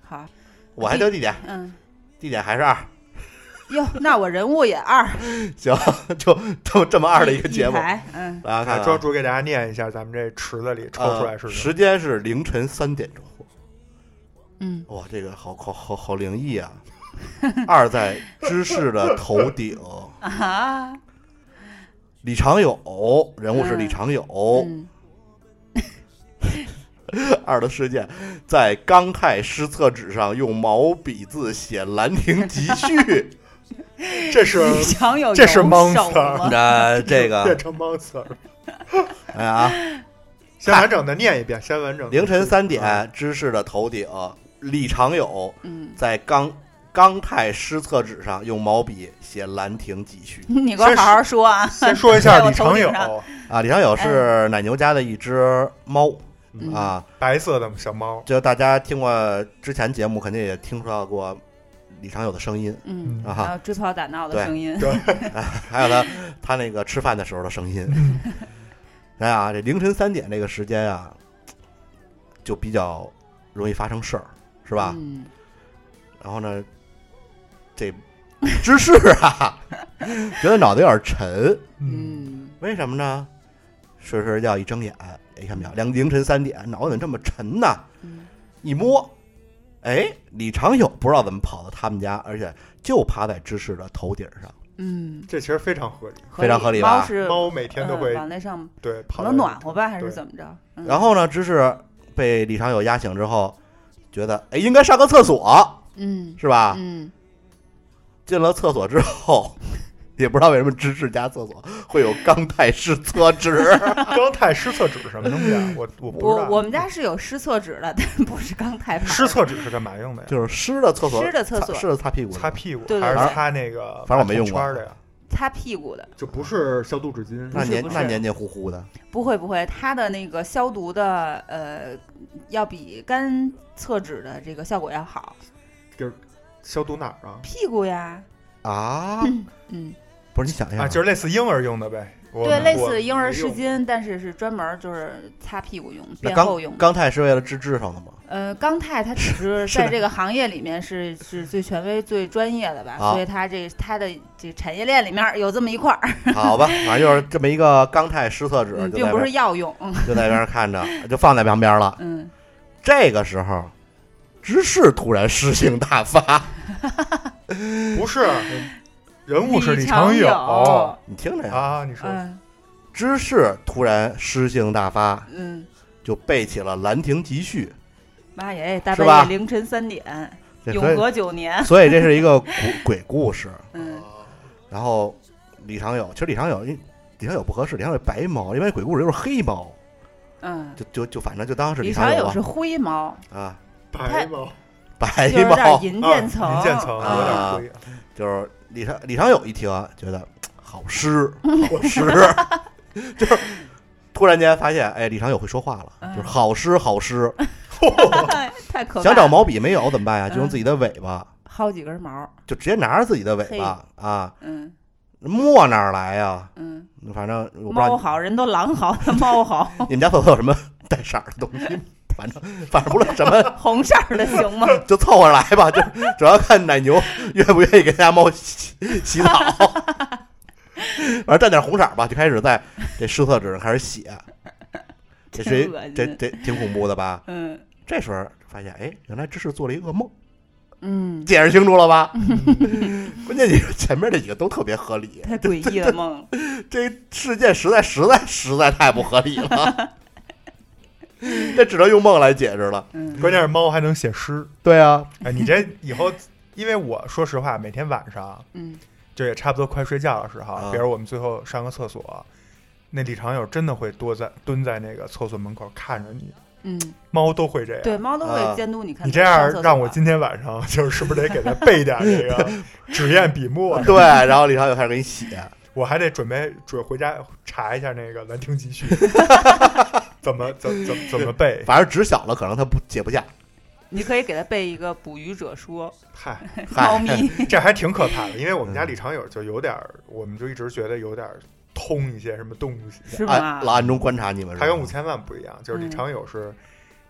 Speaker 3: 好，
Speaker 2: 我还挑地点，
Speaker 3: 嗯，
Speaker 2: 地点还是二。 [LAUGHS]
Speaker 3: 哟，那我人物也二，
Speaker 2: 行，就就这么二的一个节目
Speaker 3: 一。排嗯，
Speaker 2: 啊，
Speaker 1: 啊，
Speaker 2: 看
Speaker 1: 庄主给大家念一下咱们这池子里抽出来是什
Speaker 2: 呃
Speaker 1: 么。
Speaker 2: 时间是凌晨三点钟。
Speaker 3: 嗯
Speaker 2: 哇，这个好好好好灵异啊！二在芝士的头顶，
Speaker 3: 啊，
Speaker 2: 哦李长友人物是李长友，
Speaker 3: 嗯
Speaker 2: [LAUGHS] 二的事件，在冈泰施策纸上用毛笔字写《兰亭集序》
Speaker 3: [LAUGHS]
Speaker 1: 这是
Speaker 3: 你想有
Speaker 1: 这是
Speaker 3: 有
Speaker 1: monster
Speaker 3: 手吗？
Speaker 2: 那
Speaker 1: [LAUGHS]
Speaker 2: 这
Speaker 1: 变
Speaker 2: 个，
Speaker 1: 成 monster，了
Speaker 2: 哎呀，
Speaker 1: 先完整的念一遍，先完整的。嗯
Speaker 2: 凌晨三
Speaker 3: [LAUGHS]
Speaker 2: 点，知识的头顶，李长友
Speaker 3: 嗯，
Speaker 2: 在冈冈泰施策纸上用毛笔写《兰亭集序》
Speaker 3: 你给我好好说啊。
Speaker 1: 先说一下
Speaker 3: 在我
Speaker 1: 李
Speaker 3: 头
Speaker 1: 长
Speaker 3: 顶
Speaker 1: 友，
Speaker 2: 啊。李长友是奶牛家的一只猫
Speaker 3: 哎嗯
Speaker 2: 啊，
Speaker 1: 白色的小猫，
Speaker 2: 就大家听过之前节目，肯定也听到过李长友的声音，
Speaker 3: 嗯，
Speaker 2: 啊哈
Speaker 3: 还有追跑打闹的
Speaker 2: 对
Speaker 3: 声音，
Speaker 2: 还有他他那个吃饭的时候的声音。哎呀，这凌晨三点这个时间啊，就比较容易发生事儿，是
Speaker 3: 是
Speaker 2: 吧？然后呢，这芝士啊， [LAUGHS] 觉得脑袋有点沉，
Speaker 1: 嗯，
Speaker 3: 嗯，
Speaker 2: 为什么呢？睡睡觉一睁眼，哎，看没有，两凌晨三点，脑子怎么这么沉呢？
Speaker 3: 嗯
Speaker 2: 一摸，哎，李长友不知道怎么跑到他们家，而且就趴在芝士的头顶上。
Speaker 3: 嗯，
Speaker 1: 这其实非常合理。
Speaker 2: 非常合理啊吧
Speaker 3: 猫是
Speaker 1: 猫每天都会
Speaker 3: 呃往那上
Speaker 1: 对
Speaker 3: 可
Speaker 1: 跑到
Speaker 3: 能暖和吧，还是
Speaker 1: 对
Speaker 3: 怎么着？嗯
Speaker 2: 然后呢，芝士被李长友压醒之后，觉得哎，应该上个厕所
Speaker 3: 嗯
Speaker 2: 是吧？
Speaker 3: 嗯，
Speaker 2: 进了厕所之后， [LAUGHS] 也不知道为什么芝士家厕所会有钢带式厕
Speaker 3: [LAUGHS]
Speaker 2: 纸，
Speaker 1: 刚太湿厕纸什么东西啊？我我不知
Speaker 3: 我
Speaker 1: 道。
Speaker 3: 我们家是有湿厕纸的，但不是刚
Speaker 1: [LAUGHS]
Speaker 3: 才买的
Speaker 1: 湿厕纸是干嘛用的呀？
Speaker 2: 就是湿的厕所，
Speaker 3: 湿的厕所
Speaker 2: 擦湿的擦屁股的，
Speaker 1: 擦屁股
Speaker 3: 对对
Speaker 1: 还是
Speaker 2: 对
Speaker 1: 擦那个
Speaker 2: 反正我没用过
Speaker 1: 圈儿的呀？
Speaker 3: 擦屁股的，
Speaker 1: 就不是消毒纸巾
Speaker 2: 那黏
Speaker 3: 不是
Speaker 2: 那黏黏糊糊的，
Speaker 3: 不会不会，它的那个消毒的呃，要比干厕纸的这个效果要好，
Speaker 1: 消毒哪儿啊？
Speaker 3: 屁股呀，
Speaker 2: 啊，
Speaker 3: 嗯，
Speaker 2: 不是你想一下
Speaker 1: 啊，就是类似婴儿用的呗。我
Speaker 3: 对，类
Speaker 1: 我
Speaker 3: 似婴儿湿
Speaker 1: 没用
Speaker 3: 巾，但是是专门就是擦屁股用、
Speaker 2: 那
Speaker 3: 便后用
Speaker 2: 钢
Speaker 3: 的。
Speaker 2: 钢泰是为了治痔疮的吗？
Speaker 3: 呃，刚泰它只
Speaker 2: [LAUGHS]
Speaker 3: 是
Speaker 2: 是的
Speaker 3: 在这个行业里面是是最权威、最专业的吧，
Speaker 2: 好
Speaker 3: 所以它这它的这产业链里面有这么一块儿，
Speaker 2: 好吧，反正就是这么一个钢泰湿厕纸，
Speaker 3: 嗯
Speaker 2: 啊就
Speaker 3: 并
Speaker 2: 在
Speaker 3: 不
Speaker 2: 那
Speaker 3: 是药用，
Speaker 2: [LAUGHS]
Speaker 3: 嗯
Speaker 2: 就在那边看着，就放在旁边了。
Speaker 3: 嗯，
Speaker 2: 这个时候，芝士突然诗性大发，
Speaker 1: 不是，人物是李
Speaker 3: 长
Speaker 1: 友
Speaker 3: 友，
Speaker 2: 你听哎着呀，
Speaker 1: 啊。你说
Speaker 3: 嗯
Speaker 2: 芝士突然诗性大发，
Speaker 3: 嗯，
Speaker 2: 就背起了《兰亭集序
Speaker 3: 妈耶，大
Speaker 2: 是吧
Speaker 3: 半夜凌晨三点，》。
Speaker 2: 这所
Speaker 3: 永
Speaker 2: 以，
Speaker 3: 和九年，
Speaker 2: 所以这是一个鬼 [LAUGHS] 鬼故事。
Speaker 3: 嗯，
Speaker 2: 然后李长友，其实李长友，因李长友不合适，李长友白猫，因为鬼故事就是黑猫，
Speaker 3: 嗯，
Speaker 2: 就就就反正就当是
Speaker 3: 李
Speaker 2: 长
Speaker 3: 长
Speaker 2: 友
Speaker 3: 友
Speaker 2: 吧
Speaker 3: 是灰猫，
Speaker 2: 啊，
Speaker 1: 白毛
Speaker 2: 白
Speaker 3: 就是有点
Speaker 2: 猫
Speaker 3: 银
Speaker 1: 啊
Speaker 3: 渐层，
Speaker 1: 银渐层
Speaker 2: 啊
Speaker 1: 有点灰。
Speaker 2: 就是李长李长友一听觉得好诗
Speaker 3: [LAUGHS]
Speaker 2: 好诗， [LAUGHS] 就是突然间发现，哎，李长友会说话了，
Speaker 3: 嗯
Speaker 2: 就是好诗好诗。
Speaker 3: 太可怕了，
Speaker 2: 想找毛笔没有怎么办呀？就用
Speaker 3: 嗯
Speaker 2: 自己的尾巴，
Speaker 3: 薅几根毛，
Speaker 2: 就直接拿着自己的尾巴啊，
Speaker 3: 嗯
Speaker 2: 没哪儿来呀？
Speaker 3: 嗯，
Speaker 2: 反正我不知
Speaker 3: 猫
Speaker 2: 道
Speaker 3: 好 [LAUGHS] 人都狼嚎，它猫嚎，
Speaker 2: 你你们家厕所有什么 [LAUGHS] 带色儿的东
Speaker 3: [LAUGHS]
Speaker 2: 西，反正反正不论什么，
Speaker 3: 红色儿的行吗？
Speaker 2: 就凑合来吧。就主要看奶
Speaker 3: [LAUGHS]
Speaker 2: 牛愿不愿意给家猫洗洗澡。反正蘸点红色儿吧，就开始在这湿厕纸上开始
Speaker 3: [LAUGHS]
Speaker 2: 写。这谁
Speaker 3: 真恶？心
Speaker 2: 这这挺恐怖的吧？
Speaker 3: 嗯
Speaker 2: 这时候发现，哎，原来这是做了一噩梦。
Speaker 3: 嗯，
Speaker 2: 解释清楚了
Speaker 3: [LAUGHS]
Speaker 2: 吧？关键你说前面这几个都特别合理，
Speaker 3: 太诡异了梦，
Speaker 2: 这事件实在实在实在太不合理了，这只能用梦来解释了。
Speaker 3: 嗯
Speaker 1: 关键是猫还能写诗。
Speaker 2: 对啊，
Speaker 1: 哎，你这以后，因为我说实话，每天晚上
Speaker 3: 嗯
Speaker 1: 就也差不多快睡觉的时
Speaker 2: 啊
Speaker 1: 候，比如我们最后上个厕所，那李长友真的会多在蹲在那个厕所门口看着你，
Speaker 3: 嗯，
Speaker 1: 猫都会这样。
Speaker 3: 对，猫都
Speaker 2: 啊
Speaker 3: 会监督你看
Speaker 1: 你
Speaker 3: 它
Speaker 1: 这
Speaker 3: 上厕所
Speaker 1: 样
Speaker 3: 啊。
Speaker 1: 让我今天晚上 [LAUGHS] 就是是不是得给他备点这个纸砚笔墨？
Speaker 2: 对，然后李长友开始给你写，
Speaker 1: 我还得准备准回家查一下那个《兰亭集
Speaker 3: [LAUGHS]
Speaker 1: 序》怎么怎怎怎么背。
Speaker 2: 反正纸小了，可能他不解不下。
Speaker 3: 你可以给它备一个《捕鱼者说
Speaker 1: 嗨，》，
Speaker 2: [LAUGHS] 嗨， [LAUGHS]
Speaker 3: 猫
Speaker 2: 嗯
Speaker 3: 咪，
Speaker 1: 这还挺可怕的，因为我们家李长友就有点儿，我们就一直觉得有点儿通一些什么东西。
Speaker 3: 是嗯
Speaker 2: 暗
Speaker 3: 吗？
Speaker 2: 啊老暗中观察你们是吧，
Speaker 1: 他跟五千万不一样，就是李长友是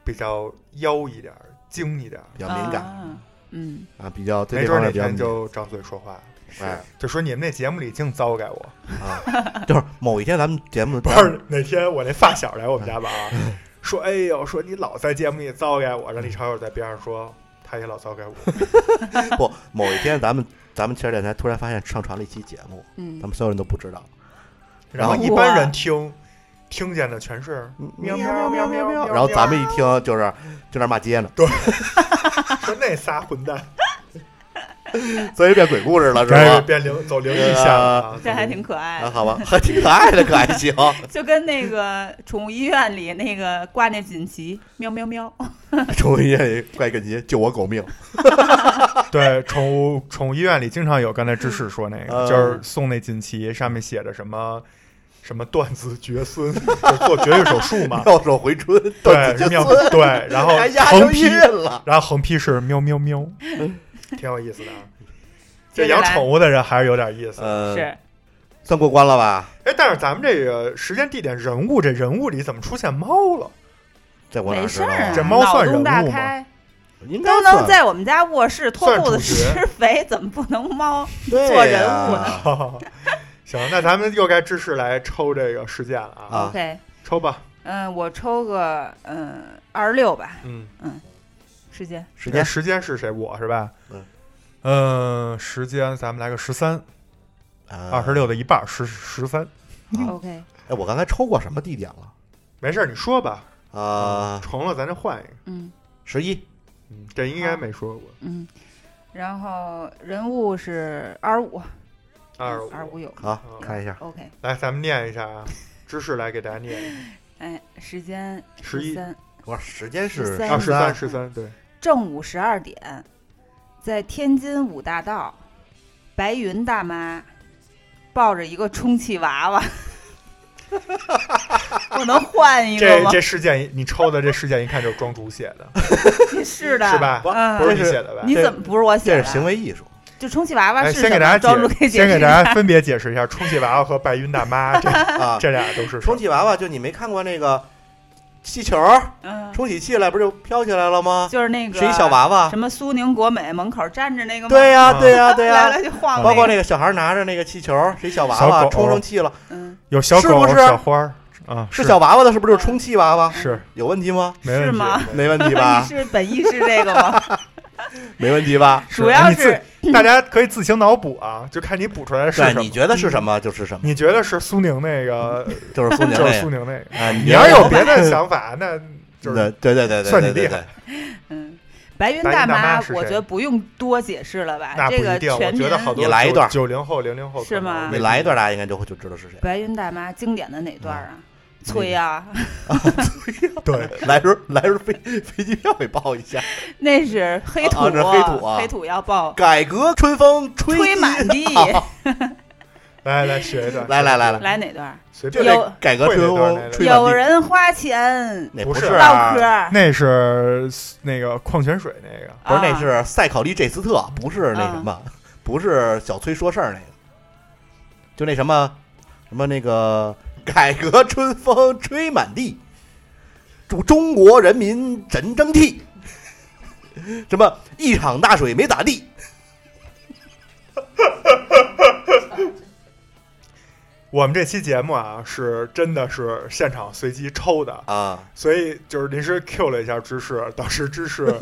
Speaker 1: 比较妖一点儿、精一点儿，
Speaker 2: 比较敏感
Speaker 3: 啊，嗯，
Speaker 2: 啊，比较对
Speaker 1: 没
Speaker 2: 这
Speaker 1: 准
Speaker 2: 方
Speaker 1: 儿哪
Speaker 2: 面比较
Speaker 1: 天
Speaker 2: 敏
Speaker 1: 就
Speaker 2: 感。
Speaker 1: 张嘴说话，
Speaker 2: 哎
Speaker 1: 就说你们那节目里净糟改我。
Speaker 2: 啊，就是某一天咱们
Speaker 1: [LAUGHS]
Speaker 2: 节目
Speaker 1: 不是哪天我那发小来我们家玩儿， [LAUGHS] 说哎呦，说你老在节目里糟改我，让李长友在边上说。他也老糟改我，
Speaker 2: 不某一天咱们咱们汽车电台突然发现上传了一期节目，
Speaker 3: 嗯
Speaker 2: 咱们所有人都不知道，
Speaker 1: 然后
Speaker 2: 然
Speaker 3: 后
Speaker 1: 一般人听听见的全是喵
Speaker 2: 喵
Speaker 1: 喵
Speaker 2: 喵
Speaker 1: 喵喵
Speaker 2: 然后咱们一听就是就那骂街呢，
Speaker 1: 说那仨混 [LAUGHS] 蛋，
Speaker 2: 所以变鬼故事了是
Speaker 1: 该
Speaker 2: 吧？
Speaker 1: 变灵走灵异线了啊，
Speaker 3: 这还挺可爱
Speaker 2: 啊，
Speaker 3: 的，
Speaker 2: 好吧，还挺可爱的，可还行。
Speaker 3: 就跟那个宠物医院里那个挂那锦旗，喵喵喵，
Speaker 2: [LAUGHS] 终于也怪感觉救我狗命，
Speaker 1: [LAUGHS] 对，宠物宠物医院里经常有，刚才芝士说那个，
Speaker 2: 嗯
Speaker 1: 就是送那锦旗，上面写着什么什么断子绝孙， [LAUGHS] 就做绝育手术 [LAUGHS] 嘛，
Speaker 2: [LAUGHS] 妙手回春，
Speaker 1: 对，
Speaker 2: 断子
Speaker 1: 是
Speaker 2: 绝
Speaker 1: 妙
Speaker 2: [LAUGHS] 孙，
Speaker 1: 对，然后
Speaker 2: 还押
Speaker 1: 横
Speaker 2: 成
Speaker 1: 批
Speaker 2: 音，了。
Speaker 1: 然后横批是喵喵喵， [LAUGHS] 挺有意思的啊。这
Speaker 3: 接着
Speaker 1: 养
Speaker 3: 来
Speaker 1: 宠物的人还是有点意思。
Speaker 2: 呃，
Speaker 3: 是
Speaker 2: 算过关了吧？
Speaker 1: 哎，但是咱们这个时间、地点、人物，这人物里怎么出现猫了？ [LAUGHS]
Speaker 2: 这我哪
Speaker 3: 没
Speaker 2: 知
Speaker 3: 事
Speaker 2: 道
Speaker 3: 儿
Speaker 2: 啊
Speaker 3: 啊，？
Speaker 1: 这猫
Speaker 3: 脑
Speaker 1: 算人
Speaker 3: 洞大
Speaker 1: 物吗
Speaker 3: 开，
Speaker 2: 应该
Speaker 3: 都
Speaker 2: 算
Speaker 3: 能在我们家卧室脱
Speaker 1: 算
Speaker 3: 裤子
Speaker 1: 主角
Speaker 3: 施 [LAUGHS] 肥，怎么不能猫？
Speaker 2: 对啊
Speaker 3: 做人
Speaker 2: 呀
Speaker 3: 物呢
Speaker 1: 行，那咱们又该芝士来抽这个事件了啊，
Speaker 2: 啊
Speaker 3: OK，
Speaker 1: 抽吧。
Speaker 3: 嗯，我抽个嗯二十六吧，
Speaker 1: 嗯，
Speaker 3: 时间
Speaker 2: 时
Speaker 1: 那
Speaker 2: 间
Speaker 1: 时间是谁？我是吧？
Speaker 2: 嗯
Speaker 1: 嗯，时间咱们来个十三，二十。
Speaker 2: 啊
Speaker 1: 六的一半儿，十十三。嗯
Speaker 3: OK，
Speaker 2: 哎，我刚才抽过什么地点了？
Speaker 1: 没事儿，你说吧。
Speaker 2: 啊，
Speaker 1: 重了咱就换一个。
Speaker 3: 嗯
Speaker 2: 十一，
Speaker 1: 嗯，这应该没说过。
Speaker 3: 嗯，然后人物是二十五，
Speaker 1: 二
Speaker 3: 二十
Speaker 1: 五
Speaker 3: 五有
Speaker 2: 好
Speaker 1: 嗯，
Speaker 2: 看一下
Speaker 3: OK，
Speaker 1: 来，咱们念一下啊，知识来给大家念一下。
Speaker 3: 哎，时间
Speaker 1: 11
Speaker 3: 三，
Speaker 2: 我时间是
Speaker 3: 十三
Speaker 1: 啊，十三
Speaker 2: 三，
Speaker 1: 十三，对，
Speaker 3: 正午十二点，在天津五大道，白云大妈抱着一个充气娃娃，我能换一个
Speaker 1: 这
Speaker 3: 吗？
Speaker 1: 这事件你抽的这事件一看就是庄主写的，
Speaker 3: [LAUGHS] 是的，
Speaker 1: 是？吧？
Speaker 3: 嗯
Speaker 1: 不是你写的吧？
Speaker 3: 你怎么不是我写
Speaker 2: 这
Speaker 3: 的？
Speaker 2: 是行为艺术。
Speaker 3: 就充气娃娃
Speaker 1: 哎，
Speaker 3: 是什
Speaker 1: 先
Speaker 3: 么？
Speaker 1: 给大
Speaker 3: 庄主
Speaker 1: 家
Speaker 3: 可以
Speaker 1: 解，
Speaker 3: 解
Speaker 1: 先
Speaker 3: 释
Speaker 1: 给
Speaker 3: 一
Speaker 1: 大
Speaker 3: 下。
Speaker 1: 家分别解释一下充气娃娃和白云大妈，
Speaker 3: [LAUGHS]
Speaker 1: 这，
Speaker 2: 啊
Speaker 1: 这俩都是
Speaker 2: 充气娃娃就你没看过那个气球儿
Speaker 3: 嗯，
Speaker 2: 充起气来，不是就飘起来了吗？
Speaker 3: 就是那个
Speaker 2: 是一小娃娃
Speaker 3: 什。么苏宁国美门口站着那个吗 [LAUGHS]
Speaker 2: 对呀，
Speaker 1: 啊
Speaker 2: 对呀，对
Speaker 3: 来
Speaker 2: [LAUGHS] 呀。
Speaker 3: 来去晃，
Speaker 2: 包括那个小孩拿着那个气球儿，是一小娃
Speaker 1: 小
Speaker 2: 娃
Speaker 1: 狗
Speaker 2: 充上气了，
Speaker 3: 嗯，
Speaker 1: 有小
Speaker 2: 是
Speaker 1: 狗、
Speaker 2: 不是
Speaker 1: 小花儿啊，
Speaker 2: 是小娃娃的，是不是就是充气娃娃？
Speaker 1: 是
Speaker 2: 有问题吗？
Speaker 1: 没问
Speaker 3: 是
Speaker 1: 题
Speaker 3: 吗
Speaker 2: 没问题
Speaker 3: 你
Speaker 2: 吧？
Speaker 3: 是本意是这个吗？
Speaker 2: 没问题吧？
Speaker 3: [LAUGHS] 主要
Speaker 1: 哎你
Speaker 3: 是
Speaker 1: 自大家可以自行脑补啊，就看你补出来是
Speaker 2: 对
Speaker 1: 什，么
Speaker 2: 你。觉得是什么就是什么，
Speaker 1: 你觉得是苏宁那
Speaker 2: [LAUGHS]
Speaker 1: 个，
Speaker 2: 就是苏宁
Speaker 1: 就是
Speaker 2: 那
Speaker 1: 苏
Speaker 2: 个。
Speaker 1: 宁那个。
Speaker 2: 啊，
Speaker 1: 你
Speaker 2: 你
Speaker 1: 要
Speaker 2: 要
Speaker 1: 是有别
Speaker 2: [LAUGHS]
Speaker 1: 的想法，那就是
Speaker 2: 对对对对对，
Speaker 1: 算你
Speaker 2: 对
Speaker 1: 厉。
Speaker 2: 对
Speaker 1: 害
Speaker 2: 对
Speaker 3: 嗯，白云
Speaker 1: 白云
Speaker 3: 大
Speaker 1: 大妈
Speaker 3: 妈，
Speaker 1: 是
Speaker 3: 我
Speaker 1: 谁
Speaker 3: 觉得不用多解释了吧
Speaker 1: 那，不
Speaker 3: 这个
Speaker 1: 一定。我
Speaker 3: 全民
Speaker 1: 觉得好多
Speaker 2: 你来一段
Speaker 1: 九零后、零零后
Speaker 3: 是吗
Speaker 2: 你来一段，大家应该就会就知道是谁。
Speaker 3: 白云大妈经典的哪段啊？
Speaker 1: 嗯
Speaker 3: 催啊呀、
Speaker 1: 段。对，
Speaker 2: 来时候来时候飞飞机票给报一下。
Speaker 3: [LAUGHS] 那是黑土，
Speaker 2: 啊这黑土啊
Speaker 3: 要爆，
Speaker 2: 改革春风吹
Speaker 3: 吹满地。
Speaker 1: 啊来来学一段，
Speaker 2: 来来来来
Speaker 3: [LAUGHS] 来哪段？
Speaker 1: 随
Speaker 2: 就
Speaker 1: 便
Speaker 2: 得改革春
Speaker 1: 会哪
Speaker 2: 风
Speaker 1: 段
Speaker 2: 吹满
Speaker 3: 有
Speaker 2: 地。
Speaker 3: 人花钱
Speaker 2: 那
Speaker 1: 不
Speaker 2: 不
Speaker 1: 是
Speaker 2: 是
Speaker 3: 唠
Speaker 2: 啊
Speaker 3: 嗑儿，
Speaker 1: 那是那个矿泉水那个，
Speaker 2: 不是那
Speaker 3: 啊
Speaker 2: 是塞考利·这斯特，不是那什么，不是小崔说事儿那个，就那什么什么那个改革春风吹满地，祝中国人民真争气。什么一场大水没咋地，
Speaker 1: 我们这期节目啊，是真的是现场随机抽的，
Speaker 2: 啊，
Speaker 1: 所以就是临时 Q 了一下芝士，当时芝士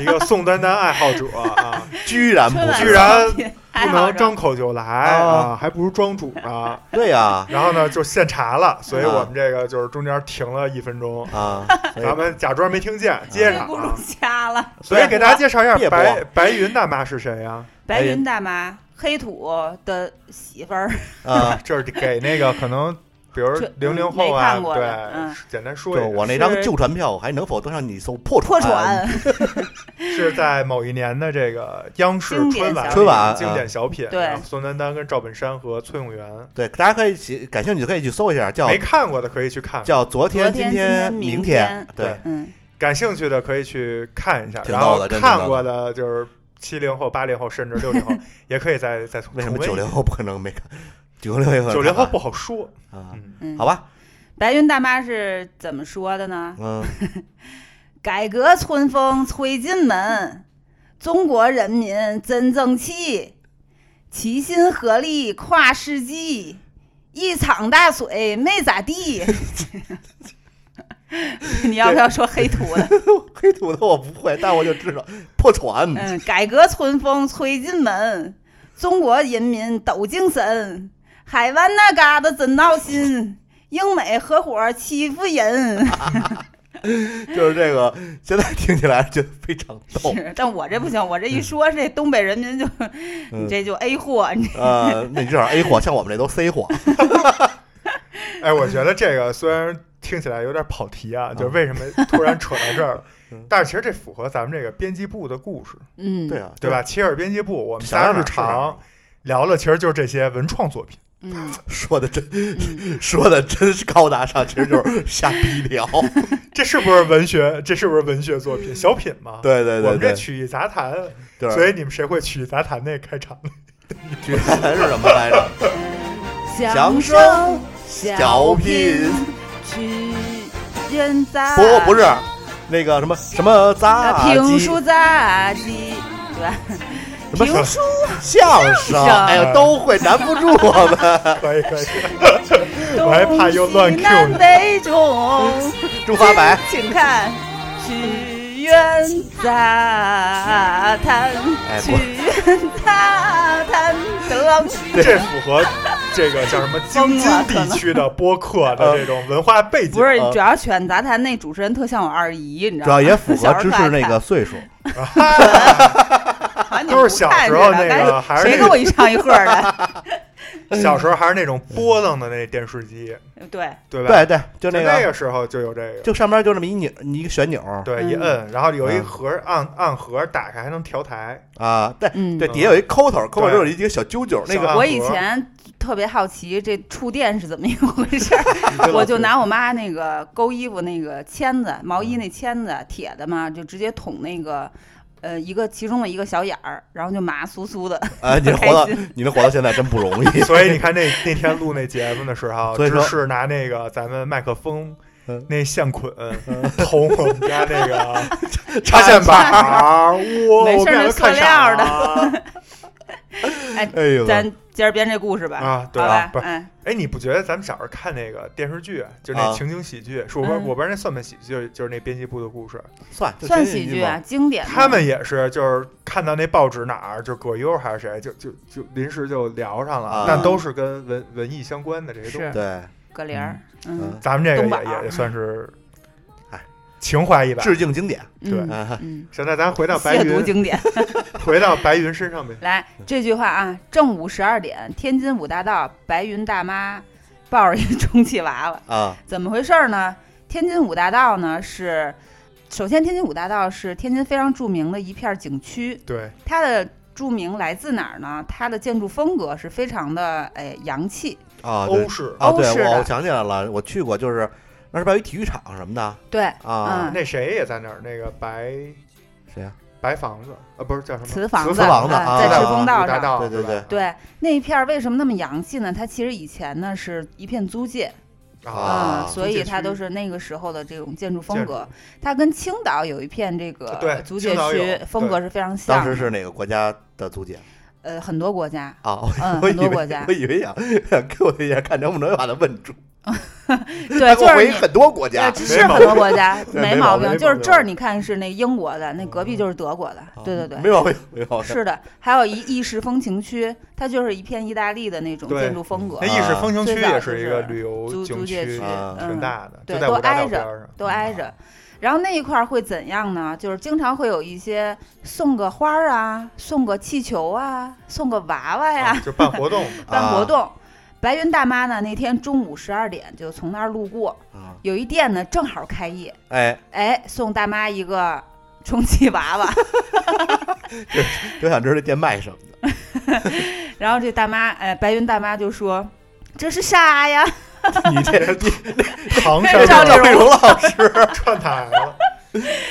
Speaker 1: 一个宋丹丹爱好者啊，
Speaker 2: [LAUGHS] 居然不
Speaker 3: 春晚
Speaker 1: 居然
Speaker 2: 是，啊
Speaker 3: [LAUGHS] 小品 [LAUGHS] 还
Speaker 1: 不
Speaker 3: 好
Speaker 1: 能
Speaker 3: 着
Speaker 1: 张口就来
Speaker 2: 哦
Speaker 1: 啊，还不如庄主呢。
Speaker 2: 对呀、
Speaker 1: 然后呢，就现查了，所以我们这个就是中间停了一分钟，
Speaker 3: [LAUGHS]
Speaker 2: 啊，所以
Speaker 1: 咱们假装没听见，接
Speaker 3: 吹
Speaker 1: 上
Speaker 3: 咕
Speaker 1: 啊
Speaker 3: 噜。瞎了。
Speaker 1: 所以给大家介绍一
Speaker 2: 别
Speaker 1: 下
Speaker 2: 播
Speaker 1: 白白云大妈是谁啊呀、
Speaker 3: 白
Speaker 2: 白
Speaker 3: 云
Speaker 2: 云
Speaker 3: 大妈，黑土的媳妇儿，
Speaker 2: 啊，
Speaker 1: 就是给那个可能，比如
Speaker 3: 这
Speaker 1: 零零后啊，
Speaker 3: 嗯没看过
Speaker 1: 对
Speaker 3: 的，嗯
Speaker 1: 简单说一
Speaker 2: 就
Speaker 1: 下，
Speaker 2: 我那张
Speaker 3: 是
Speaker 2: 旧船票，我还能否登上你艘破
Speaker 1: 啊
Speaker 3: 破
Speaker 2: 船？
Speaker 3: 船，
Speaker 1: 是在某一年的这个央视
Speaker 3: 经典
Speaker 1: 春晚
Speaker 3: 小
Speaker 1: 里
Speaker 2: 春晚嗯
Speaker 1: 经典小品，
Speaker 3: 对
Speaker 1: 然后宋丹丹跟赵本山和崔永元，
Speaker 2: 对，大家可以去感兴趣的可以去搜一下，叫
Speaker 1: 没看过的可以去看，
Speaker 2: 叫昨天、
Speaker 3: 昨
Speaker 2: 今
Speaker 3: 天今天
Speaker 2: 明
Speaker 3: 明
Speaker 2: 天
Speaker 3: 天，
Speaker 2: 对，
Speaker 3: 嗯，
Speaker 1: 感兴趣的可以去看一下，
Speaker 2: 挺
Speaker 1: 然
Speaker 2: 逗
Speaker 1: 后
Speaker 2: 的真挺
Speaker 1: 看
Speaker 2: 逗
Speaker 1: 过的就是七零后、八零后甚至六零
Speaker 3: [LAUGHS]
Speaker 1: 后也可以再再重
Speaker 2: 为什么
Speaker 1: 温
Speaker 2: 九
Speaker 1: 一
Speaker 2: 零后不可能没看？九零后
Speaker 1: 九零后不好说，
Speaker 2: 啊，
Speaker 1: 嗯，
Speaker 3: 嗯
Speaker 2: 好吧，
Speaker 3: 白云大妈是怎么说的呢？
Speaker 2: 嗯， [LAUGHS]
Speaker 3: 改革春风吹进门，中国人民真争气，齐心合力跨世纪，一场大水没咋地。 [LAUGHS] 你要不要说黑土啊的？
Speaker 2: 黑土的我不会，但我就知道破船，
Speaker 3: 嗯，改革春风吹进门，中国人民都精神，海湾那嘎达真闹心，英美合伙欺负人，
Speaker 2: 就是这个，现在听起来觉得非常逗。
Speaker 3: 是，但我这不行，我这一说这东北人民就你
Speaker 2: 嗯
Speaker 3: 这就 A 货，你
Speaker 2: 呃，那你至少 A 货，像我们这都 C 货。
Speaker 1: 哎，我觉得这个虽然听起来有点跑题啊，就是为什么突然扯到这儿了
Speaker 2: [LAUGHS] 嗯，
Speaker 1: 但是其实这符合咱们这个编辑部的故事，
Speaker 3: 嗯，
Speaker 2: 对啊，
Speaker 1: 对吧？切尔编辑部，我们
Speaker 2: 就是？想
Speaker 1: 仨
Speaker 2: 让
Speaker 1: 日常聊了，其实就是这些文创作品。
Speaker 3: 嗯，
Speaker 2: 说的真
Speaker 3: 嗯
Speaker 2: 说的真是高大上，其实就是瞎逼
Speaker 3: [LAUGHS]
Speaker 2: 聊。
Speaker 1: 这是不是文学？这是不是文学作品？小品吗？
Speaker 2: 对对
Speaker 1: 我
Speaker 2: 对
Speaker 1: 们这
Speaker 2: 对，
Speaker 1: 曲艺杂谈，
Speaker 2: 就是
Speaker 1: 所以你们谁会曲艺杂谈那开场呢？ [LAUGHS]
Speaker 2: 居然是什么来
Speaker 3: [LAUGHS]
Speaker 2: 着？
Speaker 3: 享受
Speaker 2: 受
Speaker 3: 小品，曲人杂，
Speaker 2: 不不是那个什么什么杂
Speaker 3: 啊，评
Speaker 2: 技
Speaker 3: 书杂技，对吧？
Speaker 2: 什
Speaker 3: 评
Speaker 2: 么
Speaker 3: 书啊
Speaker 2: 相声，
Speaker 3: 声
Speaker 2: 哎呦都会，难不住我
Speaker 3: [LAUGHS]
Speaker 2: 们
Speaker 1: 可以可以，我还怕
Speaker 3: 东
Speaker 1: 又乱
Speaker 3: 西
Speaker 1: Q
Speaker 3: 南
Speaker 1: 你
Speaker 3: 北中，
Speaker 2: 中华白。
Speaker 3: 请看曲苑杂谈
Speaker 2: 哎，
Speaker 3: 曲
Speaker 2: 不
Speaker 3: 苑杂谈等。
Speaker 1: 这符合这个叫什么京津地区的播客的这种文化背景啊
Speaker 3: 不。是
Speaker 2: 呃，
Speaker 3: 主要选杂谈那主持人特像我二姨，你知
Speaker 2: 主要
Speaker 3: 道吗？
Speaker 2: 也符合
Speaker 3: 小时候
Speaker 2: 芝
Speaker 3: 特爱
Speaker 2: 士那个
Speaker 3: 看
Speaker 2: 岁数，
Speaker 3: 啊你
Speaker 1: 都是
Speaker 3: 不
Speaker 1: 小
Speaker 3: 看
Speaker 1: 时
Speaker 3: 似
Speaker 1: 候
Speaker 3: 的
Speaker 1: 那
Speaker 3: 赶
Speaker 1: 个
Speaker 3: 紧
Speaker 1: 还是
Speaker 3: 谁
Speaker 1: 那
Speaker 3: 跟
Speaker 1: 个
Speaker 3: 我一唱一和儿的？
Speaker 1: 小时候还是那种波棱的那电视机， [LAUGHS]
Speaker 3: 对，
Speaker 1: 对吧？
Speaker 2: 对对，就那
Speaker 1: 就那
Speaker 2: 个，
Speaker 1: 个时候就有这个，
Speaker 2: 就上边就那么一钮，你一个旋钮
Speaker 1: 对，
Speaker 3: 嗯
Speaker 1: 一摁，然后有一
Speaker 2: 嗯
Speaker 1: 盒按按盒，打开还能调台。
Speaker 2: 啊，对
Speaker 3: 嗯
Speaker 2: 对，底下有一抠头，抠头
Speaker 1: 对
Speaker 2: 就是一个小揪揪，那
Speaker 1: 小
Speaker 2: 个
Speaker 1: 按
Speaker 3: 我以
Speaker 1: 盒
Speaker 3: 前特别好奇这触电是怎么一回事儿，
Speaker 1: [LAUGHS]
Speaker 3: 我就拿我妈那个勾衣服那个签子，毛衣那签子，铁的嘛，就直接捅那个。呃，一个其中的一个小眼儿，然后就麻酥酥的， [LAUGHS]
Speaker 2: 啊，你这活到
Speaker 3: 开
Speaker 2: 你能活到现在真不容易，
Speaker 3: [LAUGHS]
Speaker 1: 所以你看那那天录那节目的时候，
Speaker 2: 所以
Speaker 1: 芝
Speaker 2: 说
Speaker 1: 士拿那个咱们麦克风
Speaker 2: 嗯。
Speaker 1: 那线捆 [LAUGHS] 捅我们家那个
Speaker 2: [LAUGHS] 插
Speaker 1: 线
Speaker 3: [LAUGHS]
Speaker 2: 线
Speaker 1: 板
Speaker 2: 板
Speaker 1: 儿，哇！
Speaker 3: 没
Speaker 1: 我们俩
Speaker 3: 事儿那
Speaker 1: 都看
Speaker 3: 塑
Speaker 1: 傻
Speaker 3: 料的
Speaker 1: 了
Speaker 3: [LAUGHS]
Speaker 2: 哎呦，
Speaker 3: 咱今儿编这故事吧，
Speaker 1: 啊！对
Speaker 3: 好
Speaker 1: 吧
Speaker 3: 吧？？
Speaker 1: 不是，
Speaker 3: 嗯，
Speaker 1: 哎，你不觉得咱们小时候看那个电视剧，就是那
Speaker 2: 啊
Speaker 1: 情景喜剧，是我不知道
Speaker 3: 嗯
Speaker 1: 我不知道那算不算喜剧，就是就是那编辑部的故事，
Speaker 2: 算就
Speaker 3: 算
Speaker 2: 先
Speaker 3: 喜
Speaker 2: 一
Speaker 3: 剧
Speaker 2: 嘛
Speaker 3: 啊，经典的。
Speaker 1: 他们也是就是看到那报纸哪儿，就葛优还是谁，就就就临时就聊上了
Speaker 2: 啊，
Speaker 1: 但都是跟文文艺相关的这些东西。
Speaker 3: 是
Speaker 2: 对，
Speaker 3: 葛玲儿，嗯，
Speaker 1: 咱们这
Speaker 3: 东
Speaker 1: 个
Speaker 3: 莞
Speaker 1: 也也也算 [LAUGHS] 是，
Speaker 2: 哎，
Speaker 1: 情怀一把。
Speaker 2: 致敬经典
Speaker 1: 对
Speaker 3: 嗯
Speaker 2: 啊，
Speaker 3: 嗯，
Speaker 1: 行，那咱回到白
Speaker 3: 亵渎
Speaker 1: 云，
Speaker 3: 经典。
Speaker 1: 回到白云身上呗。
Speaker 3: 来这句话啊，正午十二点，天津五大道，白云大妈抱着一充气娃娃，
Speaker 2: 啊，
Speaker 3: 怎么回事儿呢？天津五大道呢是，首先天津五大道是天津非常著名的一片景区，
Speaker 1: 对，
Speaker 3: 它的著名来自哪儿呢？它的建筑风格是非常的哎洋气，
Speaker 2: 啊，对
Speaker 1: 欧式
Speaker 2: 啊，
Speaker 3: 欧
Speaker 2: 对
Speaker 3: 式
Speaker 2: 我
Speaker 3: 的
Speaker 2: 我想起来了，我去过，就是那是不是有一体育场什么的
Speaker 3: 对，
Speaker 2: 啊？
Speaker 3: 嗯
Speaker 1: 那谁也在那儿，那个白
Speaker 2: 谁呀？
Speaker 1: 白房子啊，不是叫什么
Speaker 3: 瓷房
Speaker 1: 子，
Speaker 3: 子，
Speaker 2: 瓷房子
Speaker 3: 哎
Speaker 2: 啊
Speaker 3: 在
Speaker 2: 啊
Speaker 3: 赤峰道
Speaker 1: 五大
Speaker 3: 上。
Speaker 1: 道
Speaker 2: 对对
Speaker 1: 是吧
Speaker 3: 对那一片儿为什么那么洋气呢？它其实以前呢是一片租界，
Speaker 1: 啊，
Speaker 2: 啊
Speaker 3: 嗯，所以
Speaker 1: 租界
Speaker 3: 它
Speaker 1: 区
Speaker 3: 都是那个时候的这种建筑风
Speaker 1: 建
Speaker 3: 格。它跟青岛有一片这
Speaker 1: 对
Speaker 3: 个租界
Speaker 1: 青岛有
Speaker 3: 区风格是非常
Speaker 2: 当
Speaker 3: 像
Speaker 2: 时
Speaker 3: 的，
Speaker 2: 是哪个国家的租界
Speaker 3: 呃，很多
Speaker 2: [LAUGHS]
Speaker 3: 国家，
Speaker 2: 啊？我
Speaker 3: 嗯，
Speaker 2: 我
Speaker 3: 很
Speaker 2: 以
Speaker 3: 多
Speaker 2: 为
Speaker 3: 国家
Speaker 2: 我，以为想想给我推荐，看能不能把它问住。
Speaker 3: 对，
Speaker 2: 他 [LAUGHS] 给我
Speaker 3: 就是
Speaker 2: 回
Speaker 3: 你。
Speaker 2: 很多国家
Speaker 3: 对，
Speaker 1: 没
Speaker 3: 是
Speaker 1: 毛
Speaker 3: 很多国
Speaker 2: [LAUGHS]
Speaker 3: 家
Speaker 2: 对
Speaker 3: 没
Speaker 2: 没
Speaker 3: 毛
Speaker 2: 毛病
Speaker 3: 就是
Speaker 2: 没
Speaker 3: 这
Speaker 2: 毛
Speaker 3: 儿
Speaker 2: 病
Speaker 3: 你看是那英国的，那隔壁就是德国的
Speaker 2: 啊，
Speaker 3: 对对
Speaker 2: 没
Speaker 3: 对，
Speaker 2: 毛病，没毛病。
Speaker 3: 是的，还有一意式风情区，它就是一片意大利的那种
Speaker 1: 对
Speaker 3: 建筑风格
Speaker 2: 哎
Speaker 1: 那，意式风情区
Speaker 3: 最早
Speaker 1: 也
Speaker 3: 就是是
Speaker 1: 一个旅游
Speaker 3: 租
Speaker 1: 景
Speaker 3: 租界区，
Speaker 2: 啊
Speaker 1: 挺
Speaker 3: 嗯，
Speaker 1: 大的，
Speaker 3: 对
Speaker 1: 就在
Speaker 3: 都
Speaker 1: 五大道
Speaker 3: 挨着
Speaker 1: 边儿上。啊
Speaker 3: 都挨着。然后那一块儿会怎样呢？就是经常会有一些送个花儿啊，送个气球啊，送个娃娃呀、
Speaker 1: 啊就办活
Speaker 3: [LAUGHS]
Speaker 1: 动嘛
Speaker 3: 办活
Speaker 2: 啊
Speaker 3: 动。白云大妈呢，那天中午十二点就从那儿路过，
Speaker 2: 啊，
Speaker 3: 有一店呢正好开业，
Speaker 2: 哎，
Speaker 3: 哎，送大妈一个充气娃 [LAUGHS] 娃。
Speaker 2: 就想知道这店卖什么 [LAUGHS] 的。
Speaker 3: 然后这大妈，哎，白云大妈就说：“这是啥呀？
Speaker 2: 你这
Speaker 3: [LAUGHS]
Speaker 2: 你
Speaker 1: 唐
Speaker 3: 哎
Speaker 1: 山
Speaker 3: 赵丽
Speaker 2: 赵
Speaker 1: 的
Speaker 2: 丽蓉老师
Speaker 3: [LAUGHS]
Speaker 1: 串台了，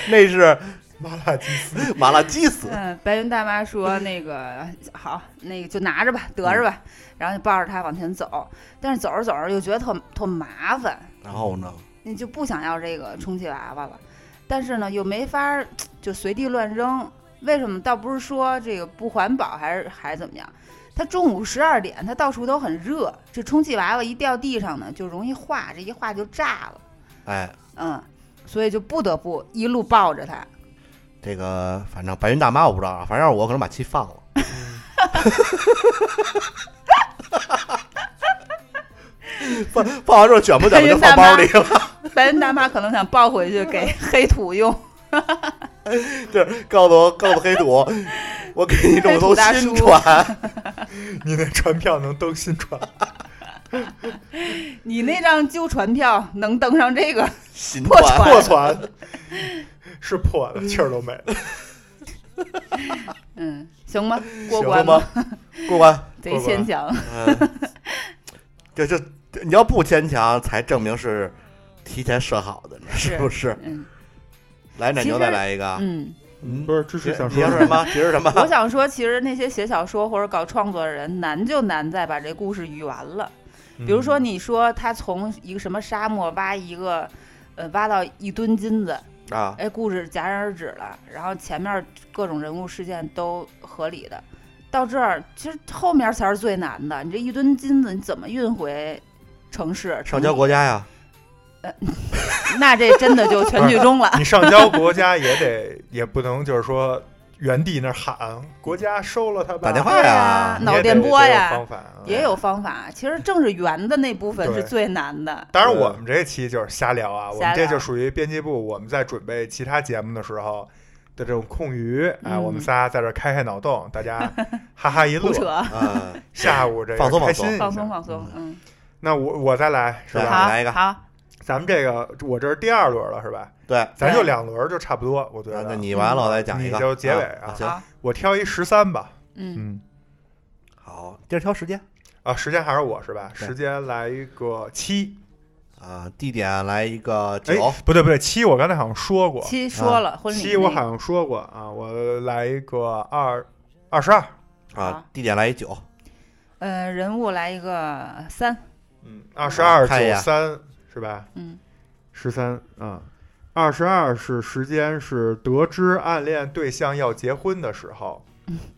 Speaker 2: 那是
Speaker 1: 麻辣鸡丝
Speaker 2: 麻辣鸡丝
Speaker 3: 嗯，白云大妈说：“那个好，那个就拿着吧，得着吧。然后就抱着她往前走，但是走着走着又觉得特特麻烦，
Speaker 2: 然后呢？
Speaker 3: 你就不想要这个充气娃娃了。但是呢，又没法儿就随地乱扔。为什么？倒不是说这个不环保，还是还怎么样？它中午十二点，它到处都很热，这充气娃娃一掉地上呢，就容易化，这一化就炸了。
Speaker 2: 哎，
Speaker 3: 嗯，所以就不得不一路抱着它。
Speaker 2: 这个反正白云大妈我不知道啊，反正我可能把气放了。
Speaker 3: 嗯
Speaker 2: [LAUGHS] 放放完之后卷不卷不就放包里了？
Speaker 3: 白人大妈可能想抱回去给黑土用，
Speaker 2: 就是告诉我，告诉黑
Speaker 3: [LAUGHS]
Speaker 2: 土，我给你弄艘新
Speaker 3: 黑土
Speaker 2: 船，
Speaker 1: 你那船票能登新
Speaker 3: [LAUGHS]
Speaker 1: 船？
Speaker 3: 你那张旧船票能登上这个？
Speaker 2: 新
Speaker 3: 破
Speaker 2: 船
Speaker 3: 船
Speaker 1: 破船 [LAUGHS] 是破的，气儿都没了。
Speaker 3: 嗯，行吧，过
Speaker 1: 行
Speaker 2: 行
Speaker 3: 关
Speaker 2: 吗？？过
Speaker 3: [LAUGHS]
Speaker 2: 关，
Speaker 3: 贼牵强。
Speaker 2: 嗯，这这你要不牵强，才证明是提前设好的呢，
Speaker 3: 是
Speaker 2: 是不是？
Speaker 3: 嗯
Speaker 2: 来奶牛
Speaker 3: 其实
Speaker 2: 再来一个啊，
Speaker 3: 嗯，
Speaker 2: 嗯，
Speaker 1: 不是，知识想
Speaker 2: 你
Speaker 1: 说
Speaker 2: 要
Speaker 1: 什
Speaker 2: 说
Speaker 1: 么。
Speaker 2: 什么？你是什
Speaker 3: [LAUGHS] 我
Speaker 2: 么？
Speaker 3: 想说，其实那些写小说或者搞创作的人，难就难在把这故事捋完了。
Speaker 2: 嗯
Speaker 3: 比如说，你说他从一个什么沙漠挖一个，呃，挖到一吨金子，
Speaker 2: 啊，
Speaker 3: 哎，故事戛然而止了，然后前面各种人物事件都合理的，到这儿其实后面才是最难的。你这一吨金子你怎么运回城市？
Speaker 2: 上
Speaker 3: 城
Speaker 2: 交
Speaker 3: 里
Speaker 2: 国家呀，
Speaker 3: 那这真的就全剧终了
Speaker 1: [LAUGHS] 你上交国家也得，也不能就是说原地那儿喊国家收了他吧，
Speaker 2: 打电
Speaker 3: [LAUGHS]
Speaker 2: 话
Speaker 3: 对呀、
Speaker 2: 呀
Speaker 1: 啊你也
Speaker 3: 脑
Speaker 1: 得
Speaker 3: 电波
Speaker 1: 得有
Speaker 3: 呀
Speaker 1: 方，法啊
Speaker 3: 也有方法。其实正是圆的那部分是
Speaker 1: 对
Speaker 3: 最难的。
Speaker 1: 当然，我们这期就是瞎聊啊，我们
Speaker 3: 瞎
Speaker 1: 这
Speaker 3: 聊
Speaker 1: 就属于编辑部我们在准备其他节目的时候的这种空余啊、哎
Speaker 3: 嗯
Speaker 1: 我们仨在这儿开开脑洞，大
Speaker 3: [LAUGHS]
Speaker 1: 家哈哈一
Speaker 3: 胡
Speaker 1: 乐，
Speaker 3: 扯，
Speaker 2: 啊，
Speaker 1: 下午这个
Speaker 2: 放松放
Speaker 1: 开
Speaker 2: 松
Speaker 1: 心一下
Speaker 3: [LAUGHS] 放松放松，嗯，
Speaker 1: 那我我再来是
Speaker 2: 对
Speaker 1: 吧？
Speaker 3: 好，
Speaker 2: 来一个
Speaker 3: 好，
Speaker 1: 咱们这个我这是第二轮了是吧？ [LAUGHS]
Speaker 2: 对。
Speaker 1: 咱
Speaker 3: 对
Speaker 1: 就两轮就差不多，我觉
Speaker 2: 啊
Speaker 1: 得。
Speaker 2: 那那你完了，我再讲一个，
Speaker 1: 啊你就结尾
Speaker 2: 啊
Speaker 1: 啊
Speaker 2: 行，
Speaker 3: 好，
Speaker 1: 我挑一十三吧，
Speaker 3: 嗯，
Speaker 1: 嗯，
Speaker 2: 好，地儿挑时间
Speaker 1: 啊，时间还是我是吧？
Speaker 2: 对
Speaker 1: 时间来一个七，
Speaker 2: 啊，地点来一个
Speaker 1: 哎
Speaker 2: 九，，
Speaker 1: 不对不对，七我刚才好像说过，
Speaker 3: 七说了婚礼那个，
Speaker 1: 七我好像说过啊，我来一个二二十二，
Speaker 2: 啊
Speaker 3: 好，
Speaker 2: 地点来一九，
Speaker 3: 呃，人物来一个三，
Speaker 1: 嗯，二十二
Speaker 2: 看一
Speaker 1: 九
Speaker 2: 眼
Speaker 1: 三是吧？
Speaker 3: 嗯，
Speaker 1: 十三啊，二十二是时间是得知暗恋对象要结婚的时
Speaker 3: [LAUGHS]
Speaker 1: 候，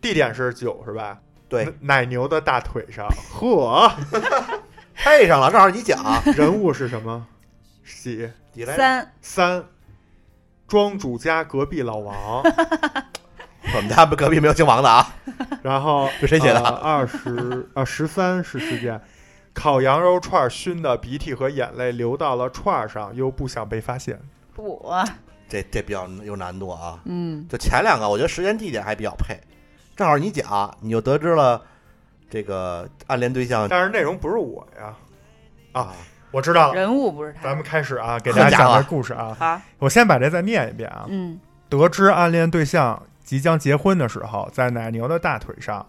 Speaker 1: 地点是九是吧？
Speaker 2: 对
Speaker 1: 奶，奶牛的大腿 [LAUGHS] 上，嚯，
Speaker 2: 配上了，正好你
Speaker 3: [LAUGHS]
Speaker 2: 讲，
Speaker 1: 人物是什 [LAUGHS] 么？几
Speaker 2: 你来
Speaker 3: 三，
Speaker 1: 三？庄主家隔壁老王，
Speaker 2: 我们家隔壁没有姓王的啊，
Speaker 1: 然
Speaker 2: [LAUGHS]
Speaker 1: 后呃
Speaker 2: 这谁写的
Speaker 1: 二十 [LAUGHS] 啊十三是时间，烤羊肉串熏的鼻涕和眼泪流到了串儿上，又不想被发现。
Speaker 3: 我，
Speaker 2: 这这比较有难度啊。
Speaker 3: 嗯，
Speaker 2: 就前两个，我觉得时间地点还比较配，正好你讲，你就得知了这个暗恋对象
Speaker 1: 但是内容不是我呀，
Speaker 2: 啊，
Speaker 1: 我知道了。
Speaker 3: 人物不是他
Speaker 1: 咱，们开始啊，给
Speaker 2: 好
Speaker 1: 大家
Speaker 2: 家
Speaker 1: 讲
Speaker 2: 伙
Speaker 1: 这故事啊。
Speaker 3: 好，
Speaker 1: 我先把这再念一遍啊。
Speaker 3: 嗯，
Speaker 1: 得知暗恋对象即将结婚的时候，在奶牛的大腿上，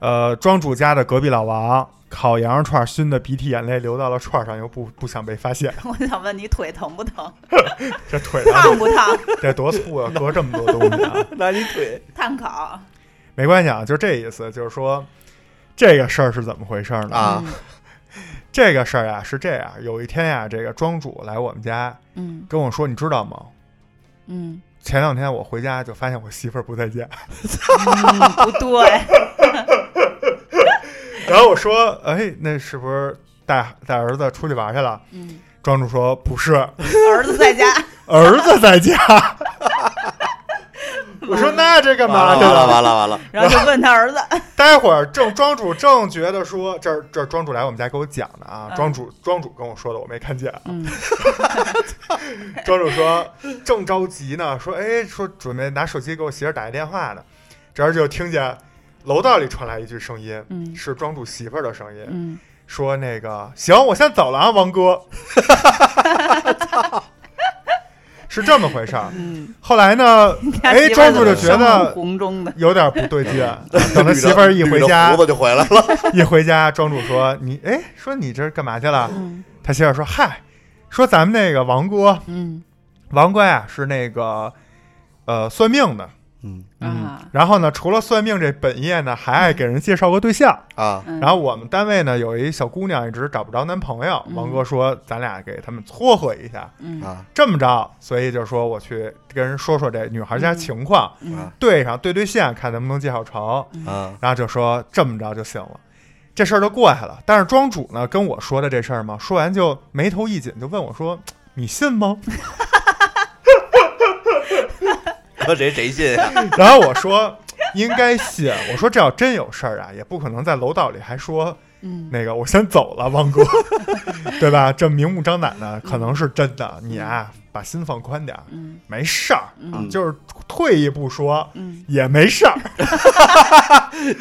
Speaker 1: 呃，庄主家的隔壁老王烤羊肉串熏的鼻涕眼泪流到了串上，又不不想被发现。
Speaker 3: [LAUGHS] 我想问你腿疼不疼，
Speaker 1: 这腿上
Speaker 3: 烫不烫？
Speaker 1: [LAUGHS] 得多粗啊，隔这么多东西啊！
Speaker 2: 拿你
Speaker 1: [LAUGHS]
Speaker 2: 腿，
Speaker 3: 碳烤
Speaker 1: 没关系啊，就这意思，就是说这个事儿是怎么回事呢？
Speaker 3: 嗯
Speaker 2: 啊，
Speaker 1: 这个事儿啊是这样，有一天呀、啊这个庄主来我们家
Speaker 3: 嗯
Speaker 1: 跟我说，你知道吗？
Speaker 3: 嗯，
Speaker 1: 前两天我回家就发现我媳妇儿不在家， [LAUGHS]
Speaker 3: 嗯不对，
Speaker 1: 然后我说，哎，那是不是带带儿子出去玩去了？
Speaker 3: 嗯，
Speaker 1: 庄主说不是，
Speaker 3: 儿子在家，
Speaker 1: 儿子在家。 [LAUGHS] 我说那这干嘛
Speaker 2: 完
Speaker 1: 去
Speaker 2: 了
Speaker 1: 了？
Speaker 2: 完了完了，
Speaker 3: 然后就问他儿子，
Speaker 1: 待会儿正庄主正觉得说，这儿这儿庄主来我们家给我讲的啊，
Speaker 3: 嗯
Speaker 1: 庄主庄主跟我说的，我没看见。
Speaker 3: 嗯
Speaker 1: 庄主说正着急呢，说哎说准备拿手机给我媳妇儿打一电话呢，这儿就听见楼道里传来一句声音，
Speaker 3: 嗯
Speaker 1: 是庄主媳妇儿的声音，
Speaker 3: 嗯，
Speaker 1: 说那个行，我先走了啊，王哥。 [LAUGHS] 是这么回事儿。
Speaker 3: 嗯，
Speaker 1: 后来呢，哎，庄主就觉得
Speaker 3: 红中的，
Speaker 1: 有点不对劲。 [LAUGHS] 等他媳妇儿一回
Speaker 2: 捋着 [LAUGHS]
Speaker 1: 家
Speaker 2: 胡，子就回来了，
Speaker 1: 一回家，庄主说：“你哎，说你这是干嘛去了
Speaker 3: 嗯？”
Speaker 1: 他媳妇儿说：“嗨，说咱们那个王哥，
Speaker 3: 嗯
Speaker 1: 王哥呀是那个呃算命的，
Speaker 2: 嗯
Speaker 1: 嗯
Speaker 3: 啊，
Speaker 1: 然后呢，除了算命这本业呢，还爱给人介绍个对象。
Speaker 2: 啊，
Speaker 3: 嗯
Speaker 1: 然后我们单位呢有一小姑娘一直找不着男朋友，王哥说咱俩给他们撮合一下，
Speaker 3: 嗯
Speaker 2: 啊
Speaker 1: 这么着，所以就说我去跟人说说这女孩家情况，
Speaker 3: 嗯
Speaker 2: 啊
Speaker 1: 对上对对象，看能不能介绍成。”
Speaker 2: 啊
Speaker 1: 然后就说这么着就行了，这事儿就过去了。但是庄主呢跟我说的这事儿嘛，说完就眉头一紧，就问我说：“你信吗
Speaker 2: 搁谁谁信呀？？”
Speaker 3: [LAUGHS]
Speaker 1: 啊然后我说：“应该信。”我说：“这要真有事儿啊，也不可能在楼道里还说
Speaker 3: 嗯，
Speaker 1: 那个我先走了，汪哥， [LAUGHS] 对吧？这明目张胆的可能是真的，你啊把心放宽点儿，
Speaker 3: 嗯
Speaker 1: 没事儿，
Speaker 3: 嗯
Speaker 1: 就是退一步说
Speaker 3: 嗯
Speaker 1: 也没事儿，
Speaker 2: [LAUGHS]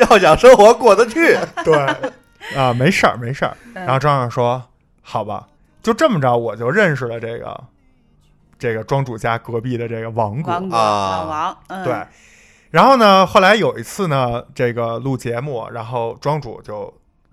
Speaker 2: 要想生活过得去，
Speaker 1: 对，啊没事儿没事儿。
Speaker 3: 嗯
Speaker 1: 然后张亮说：“好吧，就这么着，我就认识了这个这个庄主家隔壁的这个王哥。
Speaker 3: 王国
Speaker 2: 啊
Speaker 3: 老王，嗯，
Speaker 1: 对，然后呢，后来有一次呢，这个录节目，然后庄主就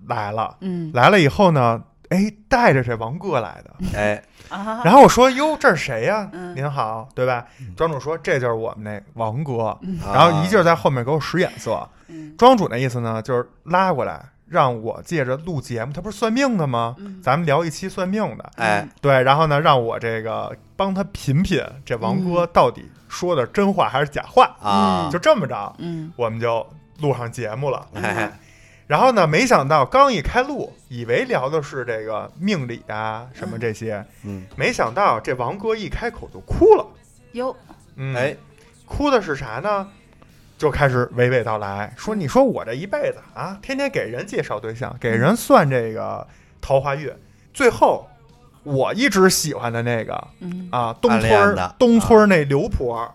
Speaker 1: 来了，
Speaker 3: 嗯
Speaker 1: 来了以后呢，哎，带着这王哥来的。
Speaker 2: 哎，
Speaker 3: 啊，
Speaker 1: 然后我说：“哟，这是谁呀、
Speaker 3: 嗯
Speaker 1: 您好，对吧？”庄主说：“这就是我们那王哥。” [LAUGHS]
Speaker 2: 然
Speaker 1: 然后一劲儿在后面给我使眼色。
Speaker 3: 嗯
Speaker 1: 庄主那意思呢，就是拉过来让我借着录节目，他不是算命的吗？
Speaker 3: 嗯
Speaker 1: 咱们聊一期算命的。
Speaker 2: 哎，
Speaker 1: 对，然后呢，让我这个帮他品品这王
Speaker 3: 嗯
Speaker 1: 哥到底说的真话还是假话，
Speaker 2: 啊，
Speaker 1: 就这么着，
Speaker 3: 嗯
Speaker 1: 我们就录上节目了。
Speaker 2: 哎，
Speaker 1: 然后呢，没想到刚一开录，以为聊的是这个命理啊什么这些，
Speaker 2: 嗯，
Speaker 1: 没想到这王哥一开口就哭了。
Speaker 3: 哟，
Speaker 1: 嗯，
Speaker 2: 哎，
Speaker 1: 哭的是啥呢？就开始娓娓道来，说：“你说我这一辈子啊，天天给人介绍对
Speaker 2: 嗯
Speaker 1: 象，给人算这个桃花运，最后我一直喜欢的那个
Speaker 3: 嗯
Speaker 1: 啊，东
Speaker 2: 暗
Speaker 1: 村
Speaker 2: 恋
Speaker 1: 儿
Speaker 2: 的
Speaker 1: 东村儿那刘婆儿、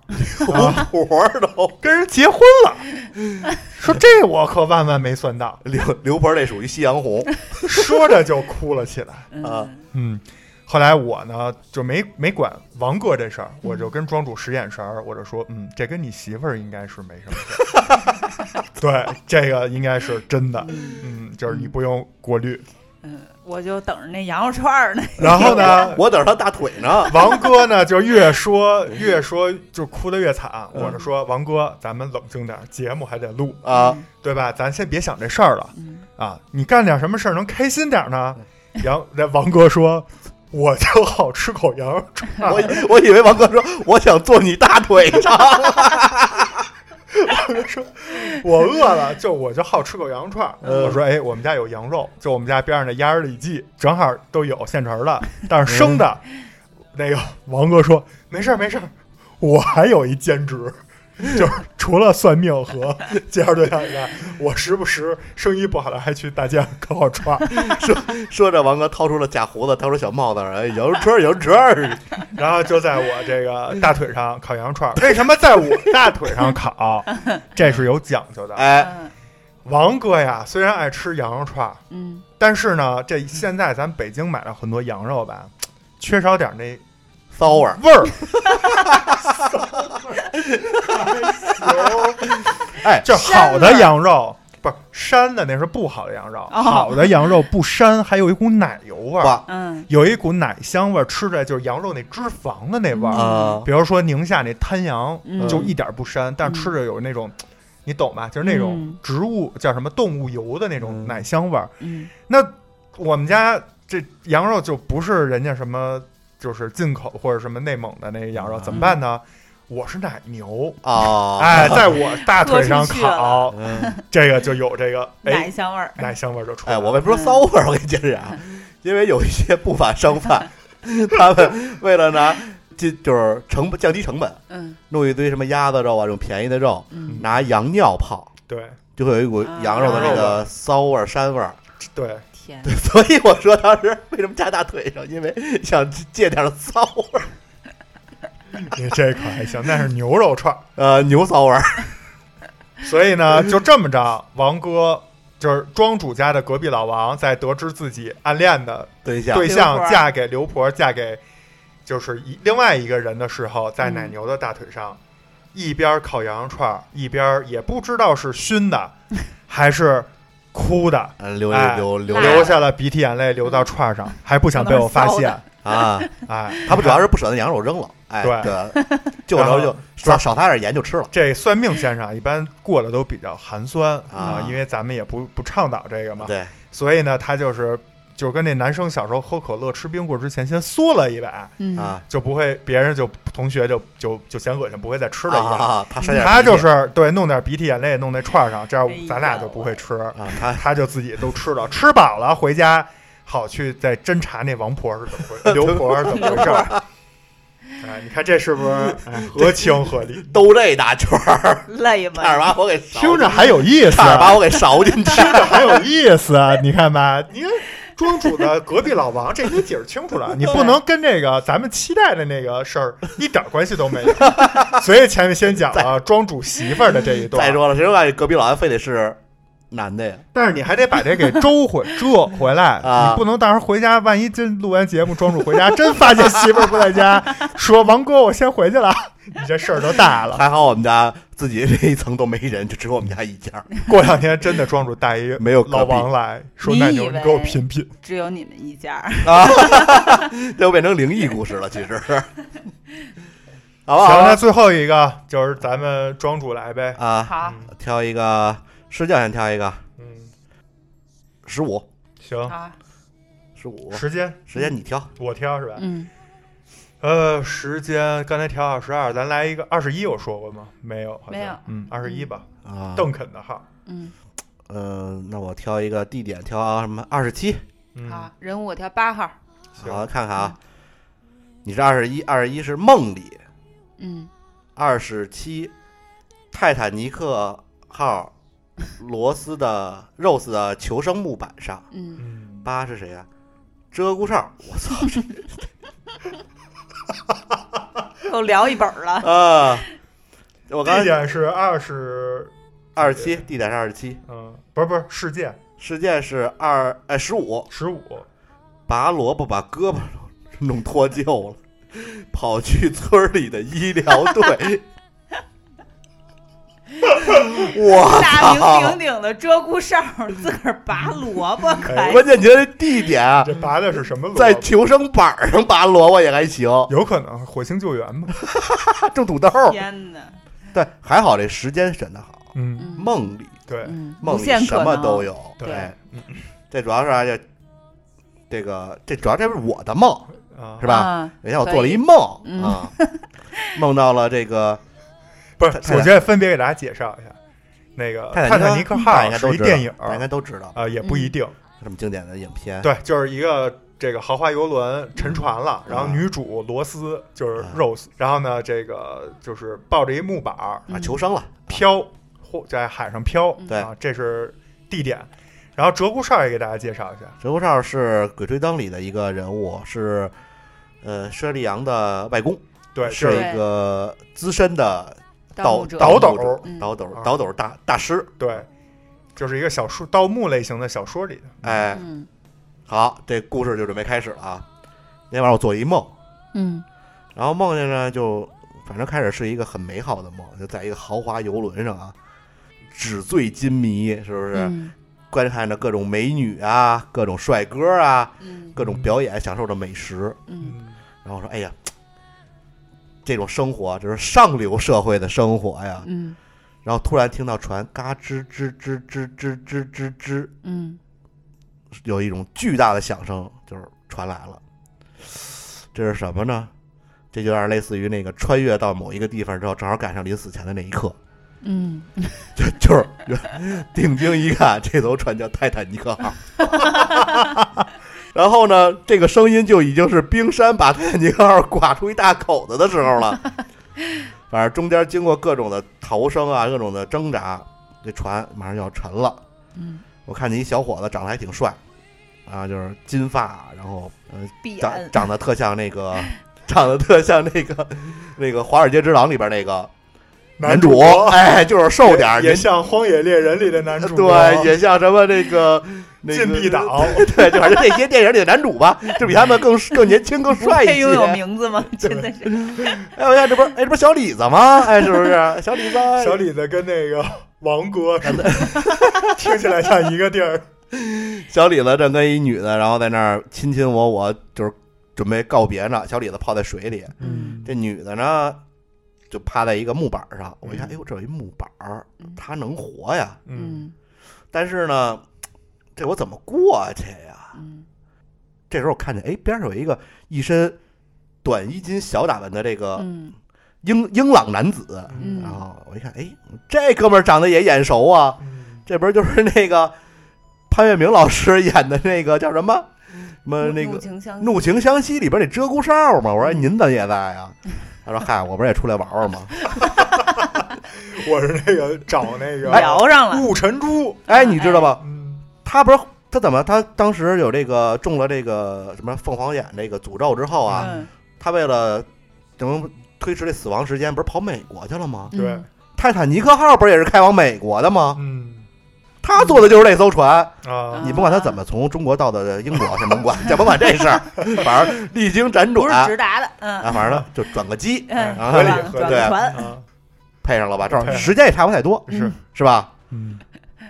Speaker 1: 啊
Speaker 2: 活儿都
Speaker 1: 跟人结婚了，说这我可万万没算到，
Speaker 2: 刘刘婆儿这属于夕阳红
Speaker 1: 说着就哭了起来。
Speaker 2: 啊
Speaker 3: 嗯
Speaker 1: 嗯，后来我呢就没没管王哥这事儿，我就跟庄主使眼神儿，我就说，嗯，这跟你媳妇儿应该是没什么事儿。对，这个应该是真的，嗯，就是你不用过滤。
Speaker 3: 嗯，我就等着那羊肉串儿呢，
Speaker 1: 然后呢
Speaker 2: [LAUGHS] ，我等着他大腿呢。
Speaker 1: 王哥呢就越说越说就哭得越惨，我就说王哥，咱们冷静点儿，节目还得录，
Speaker 2: 啊，
Speaker 1: 对吧？咱先别想这事儿了啊，你干点什么事儿能开心点儿呢？杨那王哥说。我就好吃口羊肉串儿，
Speaker 2: [LAUGHS] 我以我以为王哥说我想做你大腿肠，
Speaker 1: [LAUGHS] 我饿了，就我就好吃口羊肉串儿。
Speaker 2: 嗯
Speaker 1: 我说，哎，我们家有羊肉，就我们家边上的鸭儿里脊，正好都有现成的，但是生的。那个王哥说，没事儿没事儿，我还有一兼职，就是除了算命和介绍对象以外，我时不时生意不好了还去大街上烤烤串儿。
Speaker 2: [LAUGHS] 说着王哥掏出了假胡子，掏出小帽子，哎，羊肉串儿，羊肉串儿，
Speaker 1: 然后就在我这个大腿上烤羊肉串儿。为什么在我大腿上烤？这是有讲究的。
Speaker 3: [LAUGHS]
Speaker 2: 哎，
Speaker 3: 嗯
Speaker 1: 王哥呀，虽然爱吃羊肉串儿。
Speaker 3: 嗯
Speaker 1: 但是呢，这现在咱北京买了很多羊肉
Speaker 3: [LAUGHS]
Speaker 1: 吧，缺少点那
Speaker 2: 骚味儿，
Speaker 1: 味儿。
Speaker 2: 哎，
Speaker 1: 就好的羊肉不是膻的，那是不好的羊肉。
Speaker 3: 哦
Speaker 1: 好的羊肉不膻，还有一股奶油味儿，
Speaker 2: 哇
Speaker 3: 嗯
Speaker 1: 有一股奶香味儿，吃着就是羊肉那脂肪的那味儿。
Speaker 2: 啊
Speaker 1: 比如说宁夏那滩羊，
Speaker 3: 嗯
Speaker 1: 就一点儿不膻，但吃着有那种。你懂吧？就是那种
Speaker 3: 嗯
Speaker 1: 植物叫什么动物油的那种
Speaker 2: 嗯
Speaker 1: 奶香味儿，
Speaker 3: 嗯
Speaker 1: 那我们家这羊肉就不是人家什么，就是进口或者什么内蒙的那羊肉，
Speaker 2: 嗯
Speaker 1: 怎么办呢？我是奶牛，
Speaker 2: 啊，
Speaker 1: 哎，在我大腿上
Speaker 3: 哦 [LAUGHS] 喝出去了
Speaker 1: 烤，
Speaker 2: 嗯，
Speaker 1: 这个就有这个
Speaker 3: 奶
Speaker 1: 哎
Speaker 3: 香味儿，
Speaker 1: 奶香味儿就出来
Speaker 2: 哎，
Speaker 1: 了。
Speaker 2: 我为什么说骚味儿？我 [LAUGHS] 给你解释啊，因为有一些不法商贩， [LAUGHS] 他们为了拿就就是成本降低成本，
Speaker 3: 嗯
Speaker 2: 弄一堆什么鸭子肉啊，这种便宜的肉，
Speaker 3: 嗯
Speaker 2: 拿羊尿泡，
Speaker 1: 对
Speaker 2: 就会有一股羊肉的那个骚味儿、膻味儿。 [LAUGHS]
Speaker 1: 对，
Speaker 3: 天，
Speaker 2: 所以我说当时为什么扎大腿上，因为想戒点骚味儿，
Speaker 1: 你这可还行，那是牛肉串儿。
Speaker 2: 呃，牛骚味儿。
Speaker 1: 所以
Speaker 2: [LAUGHS]
Speaker 1: 呢，就这么着，王哥就是庄主家的隔壁老王，在得知自己暗恋的
Speaker 2: 对象，
Speaker 1: 对
Speaker 3: 刘
Speaker 1: 象
Speaker 3: 婆
Speaker 1: 嫁给刘婆，嫁给就是一另外一个人的时候，在
Speaker 3: 嗯
Speaker 1: 奶牛的大腿上，一边烤羊肉串儿，一边也不知道是熏
Speaker 3: [LAUGHS]
Speaker 1: 的还是哭的，
Speaker 2: 呃流
Speaker 1: 哎
Speaker 2: 流流
Speaker 1: 流下了鼻涕眼泪，流到串儿上，还不想被我发
Speaker 3: 嗯可能是
Speaker 1: 现
Speaker 3: 骚。
Speaker 2: 啊！
Speaker 3: [LAUGHS]
Speaker 1: 哎，
Speaker 2: [LAUGHS] 他不主要是不舍得羊肉扔了，哎，
Speaker 1: 对
Speaker 2: 对，就然后就少少撒点盐就吃了
Speaker 1: 这算命先生啊一般过得都比较寒酸
Speaker 2: 啊
Speaker 1: 因为咱们也不不倡导这个嘛，
Speaker 2: 对，
Speaker 1: 所以呢，他就是就跟那男生小时候喝可乐吃冰棍儿之前先缩了一把，
Speaker 3: 嗯
Speaker 2: 啊，
Speaker 1: 就不会别人就同学就就就嫌恶心，不会再吃了一样。
Speaker 2: 啊，他塞点
Speaker 1: 他就
Speaker 2: 盐
Speaker 1: 是对弄点鼻涕眼泪弄那串儿上，这样
Speaker 3: 哎呀
Speaker 1: 咱俩就不会吃，
Speaker 2: 啊，他
Speaker 1: 他就自己都吃了，吃饱了回 [LAUGHS] 家好去再侦查那王婆是怎么回刘婆是怎么回事儿。
Speaker 5: 哎，你看这是不是哎
Speaker 1: [LAUGHS]
Speaker 5: 合情合理？
Speaker 2: 兜这大圈儿， [LAUGHS]
Speaker 3: 累吗？
Speaker 2: 差点把我给勺
Speaker 1: 听着还有意思
Speaker 2: 差点把
Speaker 1: 啊，
Speaker 2: 我给勺进
Speaker 1: [LAUGHS]
Speaker 2: 去。
Speaker 1: 听着还有意思啊，你看吧，
Speaker 5: 你看庄主的隔壁老王，这你解释清楚了，
Speaker 1: 你不能跟这个咱们期待的那个事儿一点关系都没有。所以前面先讲了庄主媳妇儿的这一
Speaker 2: 再
Speaker 1: 段，
Speaker 2: 说了，谁说感觉隔壁老安非得是男的呀？
Speaker 1: 但是你还得把这给周回折回来，
Speaker 2: 啊
Speaker 1: 你不能到时候回家，万一真录完节目，庄主回家真发现媳妇儿不在家，说王哥我先回去了，你这事儿就大
Speaker 2: [LAUGHS]
Speaker 1: 了。
Speaker 2: 还好我们家自己这一层都没人，就只有我们家一家。
Speaker 1: 过两天真的庄主带一
Speaker 2: 没有隔壁
Speaker 1: 老王来说
Speaker 3: 你
Speaker 1: 奶
Speaker 3: 以
Speaker 1: 牛，你
Speaker 3: 为
Speaker 1: 给我品品。
Speaker 3: 只有你们一家儿。
Speaker 2: 这又变成灵异故事了，其实， [LAUGHS] 好不
Speaker 1: 行，那
Speaker 2: 好？
Speaker 1: 最后一个就是咱们庄主来呗。
Speaker 2: 啊，
Speaker 3: [LAUGHS] 好，
Speaker 2: 挑一个，施教先挑一个，
Speaker 5: 嗯，
Speaker 2: 十五，
Speaker 1: 行，
Speaker 3: 好，
Speaker 2: 十五，
Speaker 1: 时间
Speaker 2: 时间你挑，
Speaker 1: 我挑是吧？
Speaker 3: 嗯，
Speaker 1: 呃，时间刚才调二十二，咱来一个二十一，有说过吗？没有，好像
Speaker 3: 没有，
Speaker 1: 嗯，二十一吧，
Speaker 2: 啊，
Speaker 1: 邓肯的号，
Speaker 3: 嗯，
Speaker 2: 嗯，那我挑一个地点，挑啊什么二十七？
Speaker 1: 嗯，
Speaker 3: 好，人物我挑八号，
Speaker 1: 行
Speaker 2: 好，看看啊，你是二十一，二十一是梦里，
Speaker 3: 嗯，
Speaker 2: 二十七，泰坦尼克
Speaker 1: [LAUGHS]
Speaker 2: 号罗斯的 Rose 的求生木板上，
Speaker 3: 嗯，
Speaker 1: 嗯，
Speaker 2: 八是谁啊？鹧鸪
Speaker 1: [LAUGHS]
Speaker 2: 哨，我操，这
Speaker 1: 嗯
Speaker 3: 又聊一本儿了，
Speaker 2: 啊！我刚
Speaker 1: 地
Speaker 2: 才
Speaker 1: 点是二十，
Speaker 2: 二十七，地点是二十七，
Speaker 1: 嗯，不是不是，世界
Speaker 2: 事件是二呃十五，
Speaker 1: 十五，
Speaker 2: 拔萝卜把胳膊弄脱臼了，跑去村里的医疗队。我
Speaker 3: 大名
Speaker 2: 操
Speaker 3: 鼎！鼎的鹧鸪哨儿自个儿拔萝卜，
Speaker 1: 哎
Speaker 3: 可以
Speaker 2: [LAUGHS] 关键觉得这地点啊
Speaker 1: 这拔的是什么萝卜？
Speaker 2: 在求生板上拔萝卜也还行，
Speaker 1: 有可能火星救援吧？
Speaker 2: 他种土豆。
Speaker 3: 天哪，
Speaker 2: 对，还好这时间选的好，
Speaker 1: 嗯，
Speaker 3: 嗯，
Speaker 2: 梦里
Speaker 1: 对，
Speaker 3: 嗯，
Speaker 2: 梦
Speaker 3: 无
Speaker 2: 里
Speaker 3: 限
Speaker 2: 什
Speaker 3: 可
Speaker 2: 么
Speaker 3: 能
Speaker 2: 都，有。
Speaker 1: 对嗯
Speaker 2: 哎 [CLEARS THROAT] 这主要是啊这这个这主要这是我的梦
Speaker 1: 啊
Speaker 2: 是，吧？
Speaker 3: 啊？
Speaker 2: 有一天我
Speaker 3: 可
Speaker 2: 做了
Speaker 3: 以
Speaker 2: 一梦
Speaker 3: 嗯
Speaker 2: 啊， [LAUGHS] 梦到了这个
Speaker 1: 不是，
Speaker 2: 泰坦
Speaker 1: 我觉得分别给大家介绍一下，那个
Speaker 2: 泰
Speaker 1: 泰坦尼克号
Speaker 2: 应该
Speaker 1: 是
Speaker 2: 都
Speaker 1: 一
Speaker 2: 知道
Speaker 1: 电影
Speaker 2: 嗯大家应该都知道，
Speaker 1: 啊，也不
Speaker 3: 嗯
Speaker 1: 一定，
Speaker 2: 什么经典的影片，
Speaker 1: 对，就是一个这个豪华游轮沉船了，
Speaker 2: 嗯
Speaker 1: 然后女主罗斯就是
Speaker 2: 啊
Speaker 1: Rose，然后呢，这个就是抱着一木板儿
Speaker 2: 啊，
Speaker 3: 嗯
Speaker 2: 求生了，
Speaker 1: 飘，或在海上飘，
Speaker 2: 嗯对
Speaker 1: 啊，这是地点。然后鹧鸪哨也给大家介绍一下，
Speaker 2: 折骨哨是《鬼吹灯》里的一个人物，是呃佘丽阳的外公，
Speaker 1: 对，
Speaker 2: 是
Speaker 1: 就是
Speaker 2: 一个资深的
Speaker 3: 盗
Speaker 2: 盗
Speaker 3: 墓者，
Speaker 1: 倒斗
Speaker 2: 斗
Speaker 3: 嗯
Speaker 2: 倒斗
Speaker 1: 啊
Speaker 2: 倒斗大大师。
Speaker 1: 对，就是一个小说盗墓类型的小说里的，
Speaker 2: 哎，
Speaker 3: 嗯
Speaker 2: 好，这故事就准备开始了啊。那晚上我做一梦，
Speaker 3: 嗯
Speaker 2: 然后梦见呢就反正开始是一个很美好的梦，就在一个豪华游轮上啊，纸醉金迷，是不是？
Speaker 3: 嗯
Speaker 2: 观看着各种美女啊，各种帅哥啊，
Speaker 3: 嗯
Speaker 2: 各种表演，享受着美食。
Speaker 3: 嗯
Speaker 2: 然后我说：“哎呀，这种生活就是上流社会的生活呀。
Speaker 3: 嗯”
Speaker 2: 然后突然听到船嘎吱吱吱吱吱吱吱吱，
Speaker 3: 嗯
Speaker 2: 有一种巨大的响声，就是传来了。这是什么呢？这就有点类似于那个穿越到某一个地方之后，正好赶上临死前的那一刻， [LAUGHS]
Speaker 3: 嗯，
Speaker 2: 就就是定睛一看，这艘船叫泰坦尼克号。 [LAUGHS] 然后呢，这个声音就已经是冰山把泰坦尼克号刮出一大口子的时候了。反正中间经过各种的逃生啊，各种的挣扎，这船马上就要沉了。
Speaker 3: [LAUGHS] 嗯，
Speaker 2: 我看你一小伙子长得还挺帅，啊，就是金发，然后呃
Speaker 3: 必
Speaker 2: 长
Speaker 3: 然
Speaker 2: 长得特像那个，长得特像那个那个《华尔街之狼》里边那个男主， [LAUGHS] 哎，就是瘦点儿，
Speaker 5: 也
Speaker 2: 您
Speaker 5: 像《荒野猎人》里的男主，
Speaker 2: 对，也像什么那
Speaker 5: [LAUGHS]
Speaker 2: 个那个
Speaker 5: 禁闭岛，
Speaker 2: [LAUGHS] 对，就反正这些电影里的男主吧，就比他们更更年轻、更
Speaker 3: 不
Speaker 2: 帅一
Speaker 3: 配
Speaker 2: 些
Speaker 3: 拥。 [LAUGHS] 有名字吗？真的是，
Speaker 2: 哎，我看这不是，哎，这不是小李子吗？哎，是不是小李子？
Speaker 5: [LAUGHS] 小李子跟那个王
Speaker 1: [LAUGHS]
Speaker 2: [LAUGHS]
Speaker 5: 哥是吧，听起来像一个地儿。
Speaker 2: 小李子正跟一女的，然后在那儿亲亲我我，就是准备告别呢。小李子泡在水里，
Speaker 3: 嗯
Speaker 2: 这女的呢就趴在一个木板上。我一看，哎呦，这有一木板儿
Speaker 3: 嗯，
Speaker 2: 她能活呀？
Speaker 1: 嗯，
Speaker 2: 但是呢，这我怎么过去呀？
Speaker 3: 嗯
Speaker 2: 这时候我看见，哎，边上有一个一身短衣襟、小打扮的这个
Speaker 3: 嗯
Speaker 2: 英英朗男子，
Speaker 3: 嗯
Speaker 2: 然后我一看，哎，这哥们儿长得也眼熟
Speaker 1: 嗯
Speaker 2: 啊，这不是就是那个潘粤明老师演的那个叫什么什么那
Speaker 3: 怒嗯
Speaker 2: 个
Speaker 3: 情相
Speaker 2: 《怒晴湘西》里边那鹧鸪哨嘛，我说哎您怎么也在啊？他说嗨，我不是也出来玩玩吗？
Speaker 1: 我是那个找那 [LAUGHS] 个
Speaker 3: 聊上了，
Speaker 1: 顾晨珠，
Speaker 3: 啊
Speaker 2: 哎，你知道吧？
Speaker 1: 嗯，
Speaker 2: 他不是他怎么他当时有这个中了这个什么凤凰眼这个诅咒之后啊，
Speaker 3: 嗯，
Speaker 2: 他为了能推迟这死亡时间，不是跑美国去了吗？
Speaker 1: 对，
Speaker 3: 嗯
Speaker 2: 泰坦尼克号不是也是开往美国的吗？
Speaker 1: 嗯
Speaker 2: 他坐的就是那艘船，
Speaker 3: 嗯
Speaker 1: 啊，
Speaker 2: 你甭管他怎么从中国到的英国，先甭管，先甭管这
Speaker 3: [LAUGHS]
Speaker 2: 事儿，反正历经辗
Speaker 3: 不是
Speaker 2: 转
Speaker 3: 直达的，
Speaker 2: 啊，
Speaker 3: 嗯
Speaker 2: 反正就转个机，
Speaker 3: 嗯，
Speaker 2: 啊
Speaker 1: 哎合理
Speaker 3: 转
Speaker 1: 合
Speaker 2: 理
Speaker 3: 转个船，
Speaker 1: 啊，
Speaker 2: 配上了吧？正好
Speaker 1: 对
Speaker 2: 时间也差不太多，
Speaker 1: 是，
Speaker 2: 是吧？
Speaker 1: 嗯，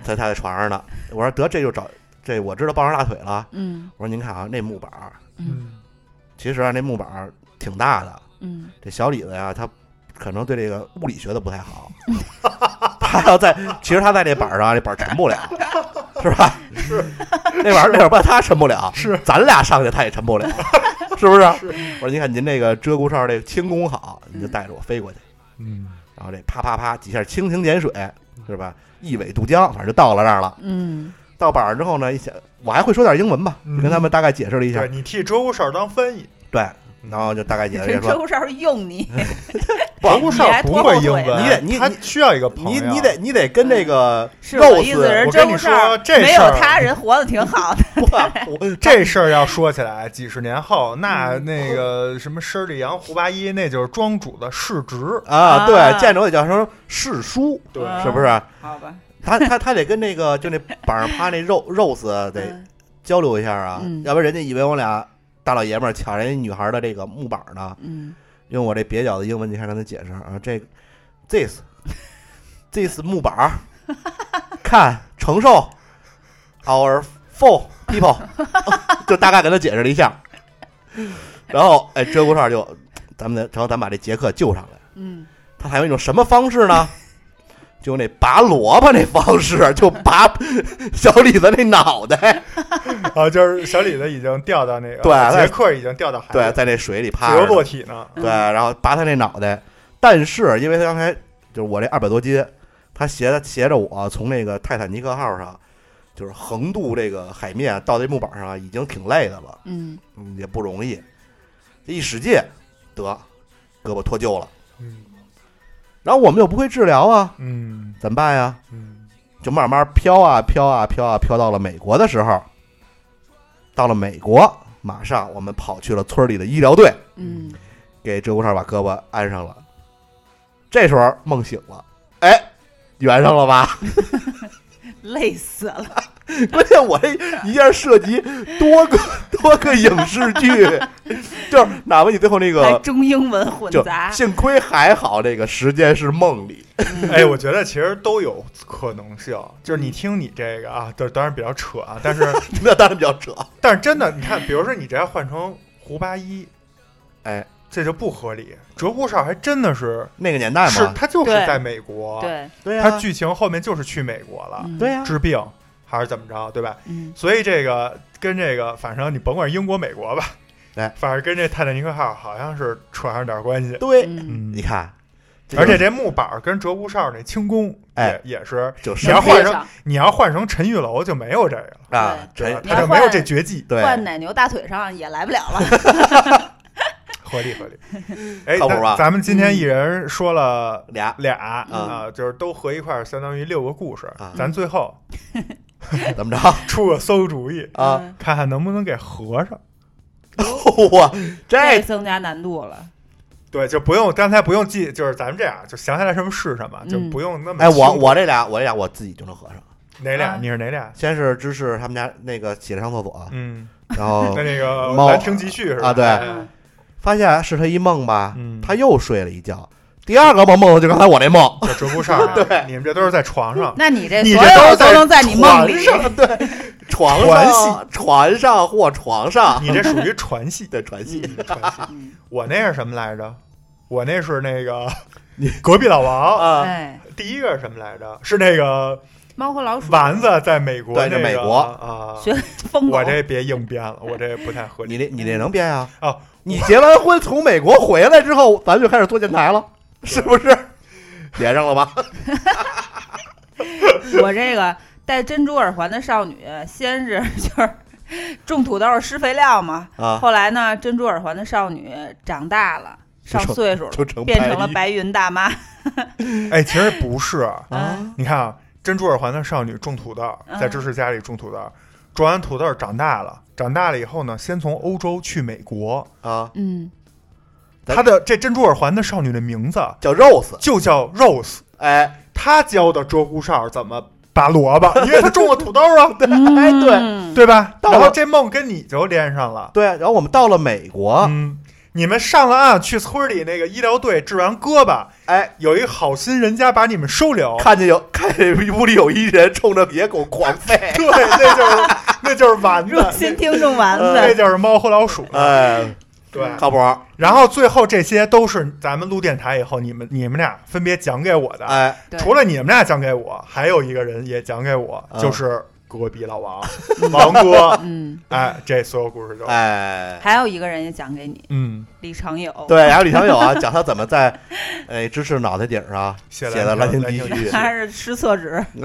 Speaker 2: 在他在船上呢，我说得这就找这我知道抱上大腿了。
Speaker 3: 嗯
Speaker 2: 我说您看啊，那木板儿
Speaker 1: 嗯
Speaker 2: 其实啊那木板儿挺大的，
Speaker 3: 嗯
Speaker 2: 这小李子呀、他可能对这个物理学的不太好， [LAUGHS] 他要在其实他在这板儿上，啊这板儿沉不了，是吧？是那玩意儿那会儿吧，他沉不了，是咱俩上去他也沉不了， [LAUGHS] 是不是？我说您看您这个鹧鸪哨这轻功好，你就带着我飞过去，
Speaker 1: 嗯，
Speaker 2: 然后这啪啪啪几下蜻蜓点水，是吧？一苇渡江，反正就到了那儿了。
Speaker 3: 嗯
Speaker 2: 到板上之后呢，一想我还会说点英文吧，
Speaker 1: 嗯
Speaker 2: 就跟他们大概解释了一下
Speaker 1: 对，你替周婶儿当翻译，
Speaker 2: 对，然后就大概解释
Speaker 3: 这
Speaker 2: 一下
Speaker 3: 鹧
Speaker 2: 说，
Speaker 3: 鸪哨用你，
Speaker 2: 嗯
Speaker 1: 周
Speaker 3: 哎你
Speaker 1: 婶
Speaker 3: 还
Speaker 1: 不
Speaker 3: 拖后
Speaker 1: 会
Speaker 3: 腿
Speaker 1: 英文，
Speaker 2: 你得你
Speaker 1: 他
Speaker 2: 你
Speaker 1: 需要一个朋
Speaker 2: 你
Speaker 1: 友，
Speaker 2: 你
Speaker 3: [LAUGHS]
Speaker 2: 得你得跟这个
Speaker 3: 是我
Speaker 2: 肉
Speaker 3: 的意思，
Speaker 2: 丝
Speaker 3: 人
Speaker 1: 我
Speaker 3: 鹧
Speaker 1: 跟你
Speaker 3: 鸪
Speaker 1: 说
Speaker 3: 哨
Speaker 1: 这
Speaker 3: 没
Speaker 1: 事
Speaker 3: 有
Speaker 1: 儿
Speaker 3: 他人活得挺好的，
Speaker 2: 不我
Speaker 1: 这事儿要说起来，几十年后，
Speaker 3: 嗯
Speaker 1: 那那个什么施里阳、胡八一，那就是庄主的世侄。
Speaker 2: 啊，
Speaker 3: 啊
Speaker 2: 对，见着我也叫声世叔，
Speaker 1: 对
Speaker 3: 啊
Speaker 2: 是不是？
Speaker 3: [LAUGHS] 好吧，
Speaker 2: 他他他得跟那个就那板上趴那肉肉丝得
Speaker 3: 嗯
Speaker 2: 交流一下啊
Speaker 3: 嗯，
Speaker 2: 要不然人家以为我俩大老爷们儿抢人家女孩的这个木板呢。
Speaker 3: 嗯
Speaker 2: 用我这蹩脚的英文，你看跟他解释啊，这 this this 木板儿，看承受 our four people，就 [LAUGHS] 大概给他解释了一下。然后哎，鹧鸪哨就咱们得，然后咱把这杰克救上来。
Speaker 3: 嗯
Speaker 2: 他还有一种什么方式呢？ [LAUGHS] 就那拔萝卜那方式，就拔小李子那脑袋，
Speaker 1: 啊，就是小李子已经掉到那个，
Speaker 2: 对
Speaker 1: 呃杰
Speaker 2: 那
Speaker 1: 克已经掉到海
Speaker 2: 对，
Speaker 1: 里，
Speaker 2: 在那水里趴
Speaker 1: 自由
Speaker 2: 着呢。
Speaker 1: 落体呢。
Speaker 2: 对，然后拔他那脑袋。但是因为他刚才就是我这二百多斤，他斜着斜着我从那个泰坦尼克号上，就是横渡这个海面到这木板上，已经挺累的了，
Speaker 3: 嗯
Speaker 2: 嗯也不容易。一使劲，得胳膊脱臼了。
Speaker 1: 嗯
Speaker 2: 然后我们又不会治疗啊，
Speaker 1: 嗯
Speaker 2: 怎么办呀？
Speaker 1: 嗯
Speaker 2: 就慢慢飘啊飘啊飘啊飘到了美国的时候，到了美国，马上我们跑去了村里的医疗队，
Speaker 3: 嗯
Speaker 2: 给鹧鸪哨把胳膊安上了。这时候梦醒了，哎，圆上了吧？ [LAUGHS]
Speaker 3: 累死了，
Speaker 2: 关键我这一下涉及多个多个影视剧， [LAUGHS] 就是哪怕你最后那
Speaker 3: 还
Speaker 2: 个，
Speaker 3: 中英文混
Speaker 2: 就
Speaker 3: 杂，
Speaker 2: 幸亏还好，这个时间是梦里， [LAUGHS]
Speaker 1: 哎，我觉得其实都有可能性。就是
Speaker 2: 嗯
Speaker 1: 你听你这个啊，就是当然比较扯啊，但是
Speaker 2: 那当然比较扯。
Speaker 1: 但是真的，你看，比如说你这要换成胡八一，
Speaker 2: 哎，
Speaker 1: 这就不合理。鹧鸪哨还真的是
Speaker 2: 那个年代
Speaker 1: 是
Speaker 2: 嘛，
Speaker 1: 他就是
Speaker 3: 对
Speaker 1: 在美国，
Speaker 3: 对，啊
Speaker 2: 对呀、
Speaker 1: 他剧情后面就是去美国了
Speaker 3: 嗯
Speaker 2: 啊对呀、
Speaker 1: 治病还是怎么着，对吧？
Speaker 3: 嗯
Speaker 1: 所以这个跟这个，反正你甭管英国、美国吧，
Speaker 2: 哎
Speaker 1: 反正跟这泰坦尼克号好像是扯上点关系。
Speaker 2: 对，
Speaker 3: 嗯
Speaker 1: 嗯
Speaker 2: 你，看，
Speaker 1: 而且这木板儿跟鹧鸪哨那轻功，
Speaker 2: 哎，
Speaker 1: 也是，
Speaker 2: 就是
Speaker 1: 你要
Speaker 3: 能
Speaker 1: 换
Speaker 3: 配
Speaker 1: 成
Speaker 3: 上
Speaker 1: 你要换成陈玉楼就没有这个了，
Speaker 2: 啊，
Speaker 1: 对吧
Speaker 2: 这
Speaker 3: 你
Speaker 1: 他
Speaker 3: 要
Speaker 1: 就没有
Speaker 3: 换
Speaker 1: 这绝技，
Speaker 2: 对
Speaker 3: 换奶牛大腿上也来不了了，
Speaker 1: 合理合
Speaker 2: [LAUGHS]
Speaker 1: 理。哎，
Speaker 2: 靠谱
Speaker 1: 那
Speaker 2: 吧
Speaker 1: 咱们今天一人说了
Speaker 2: 俩
Speaker 1: 俩啊，就是都合一块儿，相当于六个故事
Speaker 2: 啊。
Speaker 1: 咱最后
Speaker 2: 怎么着
Speaker 1: 出个馊主意，
Speaker 2: 啊？ [LAUGHS]
Speaker 3: 嗯，
Speaker 1: 看看能不能给合上。
Speaker 2: 哇，
Speaker 3: 这
Speaker 2: 这
Speaker 3: 增加难度了，
Speaker 1: 对，就不用刚才不用记，就是咱们这样，就想起来什么是什么，就
Speaker 3: 嗯
Speaker 1: 不用那么
Speaker 2: 哎，我
Speaker 1: 清楚
Speaker 2: 我这俩我这俩我自己就能合上。
Speaker 1: 哪俩？
Speaker 3: 啊
Speaker 1: 你是哪俩？
Speaker 2: 先是芝士他们家那个起来上厕所，
Speaker 1: 嗯，[LAUGHS]
Speaker 2: 然后
Speaker 1: 那那个
Speaker 2: 哦猫
Speaker 1: 兰亭集序是吧？
Speaker 2: 啊对
Speaker 1: 哎
Speaker 2: 发现是他一梦吧，
Speaker 1: 嗯
Speaker 2: 他又睡了一觉。第二个梦梦的就刚才我那梦，
Speaker 1: 就折不上。
Speaker 2: [LAUGHS] 对
Speaker 1: 你们这都是在床
Speaker 2: 啊
Speaker 1: 上，
Speaker 2: [LAUGHS]
Speaker 3: 那你这
Speaker 1: 你
Speaker 3: 所
Speaker 1: 这都
Speaker 3: 有
Speaker 1: 是在
Speaker 3: 都能在你梦里
Speaker 2: 床，上对，床
Speaker 1: 船
Speaker 2: 上船上或床上。
Speaker 1: 你这属于传戏
Speaker 2: 对传戏，
Speaker 1: 嗯传戏
Speaker 3: 嗯
Speaker 1: 我那是什么来着？我那是那个
Speaker 2: [LAUGHS] 你
Speaker 1: 隔壁老王。
Speaker 2: 啊，
Speaker 3: 哎，
Speaker 1: 第一个是什么来着？是那个
Speaker 3: 猫和老鼠，
Speaker 1: 丸子在美国
Speaker 2: 对
Speaker 1: 那个
Speaker 2: 在美国
Speaker 1: 啊。
Speaker 3: 学疯狗
Speaker 1: 我，这别硬编了，我这不太合
Speaker 2: 你
Speaker 1: 理。
Speaker 2: 那你那能编啊？
Speaker 1: 哦，
Speaker 2: [LAUGHS] 你结完婚从美国回来之后，咱就开始做电台了，是不是？连上了吧？
Speaker 3: 我这个戴珍珠耳环的少女，先是 [LAUGHS] 就是种土豆施肥料嘛。 [LAUGHS]
Speaker 2: 啊，
Speaker 3: 后来呢，珍珠耳环的少女长大了，上
Speaker 2: 就成
Speaker 3: 岁数了，
Speaker 2: 就成
Speaker 3: 变成了
Speaker 2: 白
Speaker 3: 白云大妈。
Speaker 1: 哎，其实不是，
Speaker 2: 啊，
Speaker 1: 你看啊，珍珠耳环的少女种土豆，在芝士家里种土豆，种完土豆长大了，长大了以后呢，先从欧洲去美国。
Speaker 2: 啊，
Speaker 3: 嗯，
Speaker 2: 咱
Speaker 1: 她的这珍珠耳环的少女的名字
Speaker 2: 叫 Rose，
Speaker 1: 就叫 Rose，
Speaker 2: 哎，
Speaker 1: 她教的鹧鸪哨怎么拔萝卜，因为她种了土豆啊，
Speaker 2: [LAUGHS] 哎 [LAUGHS] 对
Speaker 3: 嗯，
Speaker 1: 对吧？
Speaker 2: 到了
Speaker 1: 然后这梦跟你就连上了。
Speaker 2: 对，然后我们到了美国，
Speaker 1: 嗯，你们上了岸，去村里那个医疗队治完胳膊，
Speaker 2: 哎，
Speaker 1: 有一个好心人家把你们收留。
Speaker 2: 看见有 [LAUGHS] 看见屋里有一人冲着野狗狂吠，
Speaker 1: [LAUGHS] 对，那就是那就是丸子，
Speaker 3: 热心听众丸
Speaker 1: 那
Speaker 2: 呃
Speaker 3: 子，
Speaker 1: 就是猫和老鼠。
Speaker 2: 哎，
Speaker 1: 对，
Speaker 2: 靠谱，
Speaker 1: 然后最后这些都是咱们录电台以后，你们你们俩分别讲给我的。
Speaker 2: 哎，
Speaker 3: 对
Speaker 1: 除了你们俩讲给我，还有一个人也讲给我，
Speaker 2: 嗯
Speaker 1: 就是隔壁老
Speaker 2: [LAUGHS]
Speaker 1: 王，王哥。
Speaker 3: 嗯，
Speaker 1: 哎，这所有故事就
Speaker 2: 哎，
Speaker 3: 还有一个人也讲给你，
Speaker 1: 嗯，
Speaker 3: 李长友。
Speaker 2: 对，还有李强友啊，讲他怎么在，哎，芝士脑袋顶上
Speaker 1: 写
Speaker 2: 写
Speaker 1: 了
Speaker 2: 的
Speaker 1: 蓝
Speaker 2: 兰
Speaker 1: 亭
Speaker 2: 亭集
Speaker 1: 蓝亭
Speaker 2: 序
Speaker 3: [LAUGHS] 他是失厕纸，
Speaker 2: 嗯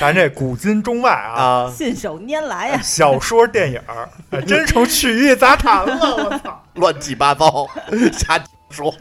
Speaker 1: 咱这古今中外啊，
Speaker 2: 啊，
Speaker 3: 信手拈来呀。
Speaker 1: 小说电影儿， [LAUGHS] 哎真成曲艺杂谈 [LAUGHS] 了。我操！
Speaker 2: 乱七八糟， [LAUGHS] 瞎
Speaker 1: [LAUGHS]
Speaker 2: 说，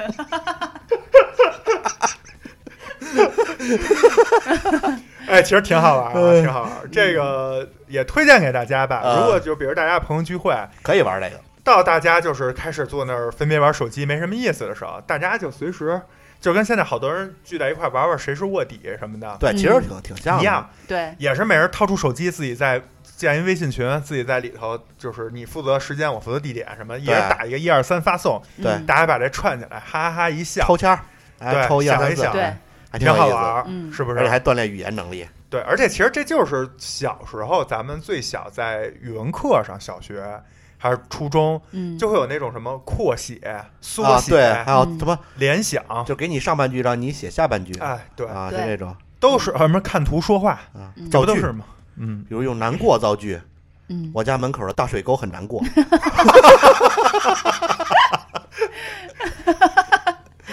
Speaker 1: 哎，其实挺好玩啊，
Speaker 2: 嗯
Speaker 1: 挺好玩儿。这个也推荐给大家吧。
Speaker 2: 啊
Speaker 1: 如果就比如大家朋友聚会，
Speaker 2: 可以玩这个，
Speaker 1: 到大家就是开始坐那儿分别玩手机没什么意思的时候，大家就随时就跟现在好多人聚在一块儿玩玩谁是卧底什么的
Speaker 2: 对，其实挺挺
Speaker 1: 嗯
Speaker 2: 像
Speaker 1: 一
Speaker 2: 的，
Speaker 1: 样，
Speaker 3: 对，
Speaker 1: 也是每人掏出手机自己在建一微信群，自己在里头就是你负责时间，我负责地点什么，一人打一个一二三发送，
Speaker 2: 对
Speaker 3: 嗯
Speaker 1: 大家把这串起来，哈哈哈一笑，
Speaker 2: 抽签儿，哎，
Speaker 1: 对
Speaker 2: 抽一二
Speaker 1: 想
Speaker 2: 三
Speaker 1: 一
Speaker 2: 四，
Speaker 1: 想
Speaker 2: 哎还
Speaker 1: 挺
Speaker 2: 有
Speaker 1: 好
Speaker 2: 意思
Speaker 1: 玩儿，
Speaker 3: 嗯
Speaker 1: 是不
Speaker 2: 而且
Speaker 1: 是？
Speaker 2: 还锻炼语言能力，
Speaker 1: 对，而且其实这就是小时候咱们最小在语文课上，小学还是初中，
Speaker 3: 嗯，
Speaker 1: 就会有那种什么扩写、缩
Speaker 2: 啊，
Speaker 1: 写、
Speaker 2: 对，还有
Speaker 3: 嗯
Speaker 2: 什么
Speaker 1: 联想。
Speaker 2: 就给你上半句，让你写下半句，
Speaker 1: 哎，对，
Speaker 2: 啊，就
Speaker 3: 对
Speaker 2: 这种
Speaker 1: 都是什么看图说话，
Speaker 2: 啊
Speaker 3: 嗯，
Speaker 1: 这
Speaker 2: 造
Speaker 1: 不都
Speaker 2: 句
Speaker 1: 是，吗？嗯，
Speaker 2: 比如用难过造句，
Speaker 3: 嗯，
Speaker 2: 我家门口的大水沟很难过，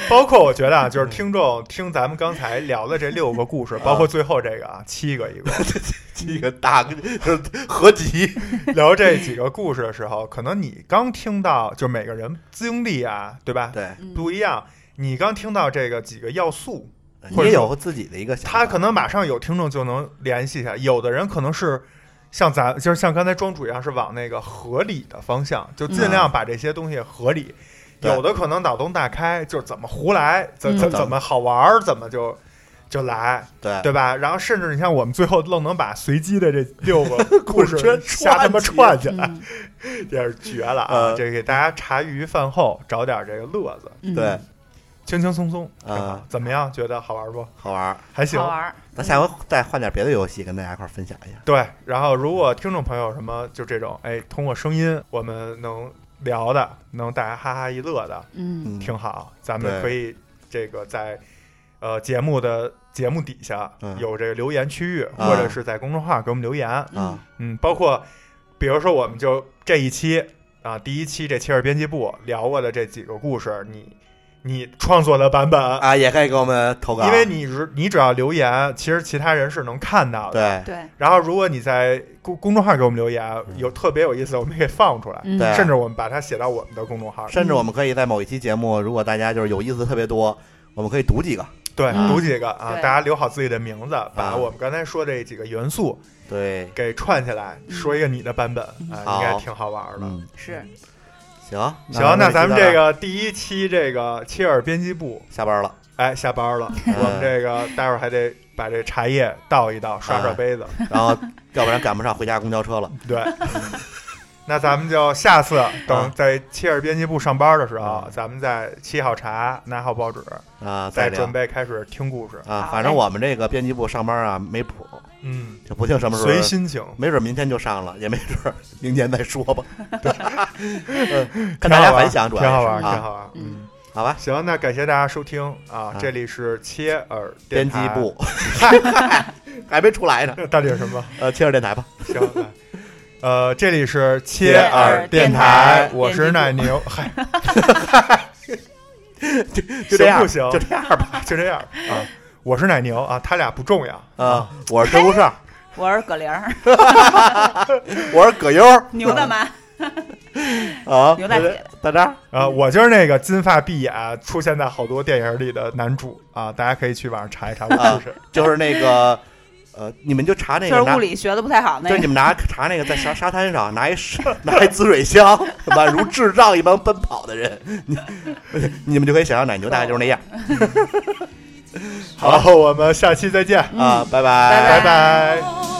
Speaker 1: 包括我觉得啊，就是听众听咱们刚才聊的这六个故
Speaker 2: [LAUGHS]
Speaker 1: 事，包括最后这个啊，七个一共 [LAUGHS]
Speaker 2: 这个大就是合集，
Speaker 1: 聊这几个故事的时候，可能你刚听到，就每个人经历啊，对吧？
Speaker 2: 对，
Speaker 3: 嗯
Speaker 1: 不一样。你刚听到这个几个要素，
Speaker 2: 你
Speaker 1: 或者
Speaker 2: 也
Speaker 1: 说
Speaker 2: 有自己的一个想法，
Speaker 1: 他可能马上有听众就能联系一下，有的人可能是。像咱就是像刚才庄主一样，是往那个合理的方向，就尽量把这些东西合理。
Speaker 2: 嗯对
Speaker 1: 有的可能脑洞大开，就是怎么胡来，怎怎
Speaker 3: 嗯
Speaker 1: 怎么好玩儿，怎么就就来，
Speaker 2: 对
Speaker 1: 对吧？然后甚至你像我们最后愣能把随机的这六个故事
Speaker 2: 故事
Speaker 1: 瞎他妈
Speaker 2: 串
Speaker 1: 串起
Speaker 3: 嗯
Speaker 2: [LAUGHS]
Speaker 1: 来，也是绝了啊！
Speaker 2: 呃
Speaker 1: 这给大家茶余饭后找点这个乐子，
Speaker 3: 嗯，
Speaker 2: 对
Speaker 3: 嗯，
Speaker 1: 轻轻松松
Speaker 2: 嗯
Speaker 1: 啊。怎么样？觉得好玩不？
Speaker 2: 好玩儿，
Speaker 1: 还行
Speaker 3: 好。玩儿。
Speaker 2: 咱下回再换点别的游戏跟大家一块儿分享一下，
Speaker 1: 对，然后如果听众朋友有什么就这种，哎，通过声音我们能聊的，能大家哈哈一乐的，
Speaker 3: 嗯，
Speaker 2: 嗯，
Speaker 1: 挺好。咱们
Speaker 2: 对
Speaker 1: 可以这个在呃节目的节目底下
Speaker 2: 嗯
Speaker 1: 有这个留言区域，
Speaker 2: 啊
Speaker 1: 或者是在公众号给我们留言。
Speaker 2: 啊，
Speaker 1: 嗯，包括比如说我们就这一期啊，第一期这切尔编辑部聊过的这几个故事，你你创作的版本，
Speaker 2: 啊，也可以给我们投稿，
Speaker 1: 因为你只你只要留言，其实其他人是能看到的。
Speaker 2: 对
Speaker 3: 对，
Speaker 1: 然后，如果你在公公众号给我们留言，有特别有意思的，我们也放出来，
Speaker 3: 嗯
Speaker 2: 对
Speaker 1: 甚至我们把它写到我们的公众号里。
Speaker 2: 甚至我们可以在某一期节目，如果大家就是有意思特别多，我们可以读几个，
Speaker 1: 对，
Speaker 3: 嗯
Speaker 1: 读几个啊，
Speaker 3: 对
Speaker 1: 大家留好自己的名字，把
Speaker 2: 啊
Speaker 1: 我们刚才说这几个元素
Speaker 2: 对，
Speaker 1: 给串起来，
Speaker 3: 嗯
Speaker 1: 说一个你的版本啊，应该
Speaker 2: 好
Speaker 1: 挺好玩的。
Speaker 2: 嗯，
Speaker 3: 是，
Speaker 2: 行，
Speaker 1: 行，那咱们
Speaker 2: 期待
Speaker 1: 这个第一期这个切尔编辑部，
Speaker 2: 下班
Speaker 1: [LAUGHS]
Speaker 2: 了，
Speaker 1: 哎，下班了，
Speaker 2: 嗯
Speaker 1: 我们这个待会儿还得把这茶叶倒一倒，刷刷杯子。
Speaker 2: 然后要不然赶不上回家公交车了。
Speaker 1: [LAUGHS] 对，那咱们就下次等
Speaker 2: 啊
Speaker 1: 在切尔编辑部上班的时候
Speaker 2: 啊，
Speaker 1: 咱们再沏好茶，拿好报纸，
Speaker 2: 啊，
Speaker 1: 再
Speaker 2: 聊
Speaker 1: 准备开始听故事。
Speaker 2: 啊，
Speaker 3: 好
Speaker 2: 反正我们这个编辑部上班啊没谱，
Speaker 1: 嗯，
Speaker 2: 就不定什么时候
Speaker 1: 随，心情。
Speaker 2: 没准明天就上了，也没准明年再说吧。
Speaker 1: [LAUGHS]
Speaker 2: 对，看
Speaker 1: 挺好
Speaker 2: 大家
Speaker 1: 玩
Speaker 2: 反响，主
Speaker 1: 挺好
Speaker 2: 要
Speaker 1: 玩，
Speaker 2: 是
Speaker 1: 挺
Speaker 2: 啊，
Speaker 1: 好玩。
Speaker 3: 嗯，
Speaker 2: 好吧，
Speaker 1: 行，那感谢大家收听啊
Speaker 2: 啊，
Speaker 1: 这里是切尔电
Speaker 2: 编辑
Speaker 1: 台， [LAUGHS]
Speaker 2: 部还没出来呢，
Speaker 1: 那到底是什么？
Speaker 2: 呃，切尔电台吧，
Speaker 1: 行，来呃，这里是切
Speaker 2: 耳
Speaker 1: 电
Speaker 2: 电台
Speaker 1: 我是奶
Speaker 3: 编辑
Speaker 1: 牛，嗨，
Speaker 2: [LAUGHS]
Speaker 1: [LAUGHS]
Speaker 2: 就这
Speaker 1: 行
Speaker 2: 样，
Speaker 1: 不行 [LAUGHS]
Speaker 2: 就这样吧
Speaker 1: 就这样啊。我是奶牛啊，他俩不重要。
Speaker 2: 呃啊，我是蜘蛛上，
Speaker 3: 我是葛玲儿，
Speaker 2: 我是葛优
Speaker 3: 牛大
Speaker 2: 嗯
Speaker 3: 妈，
Speaker 2: 啊，
Speaker 3: 牛大姐，
Speaker 2: 大张，
Speaker 1: 啊、我就是那个金发碧眼，出现在好多电影里的男主啊，大家可以去网上查一查我是谁。
Speaker 2: 就是那个呃，你们就查那
Speaker 3: 就
Speaker 2: 个
Speaker 3: 是
Speaker 2: 拿
Speaker 3: 物，理学的不太好
Speaker 2: 就是
Speaker 3: 那
Speaker 2: 你
Speaker 3: 个。
Speaker 2: 们拿查那个在沙沙滩上拿一拿一滋水枪，他妈如智障一般奔跑的人，你 [LAUGHS] 你们就可以想象奶牛大概就是那样
Speaker 1: 好，我们下期再见，
Speaker 2: 啊，拜
Speaker 1: 嗯
Speaker 3: 拜
Speaker 1: 拜拜
Speaker 3: 拜
Speaker 1: 拜。
Speaker 4: 哦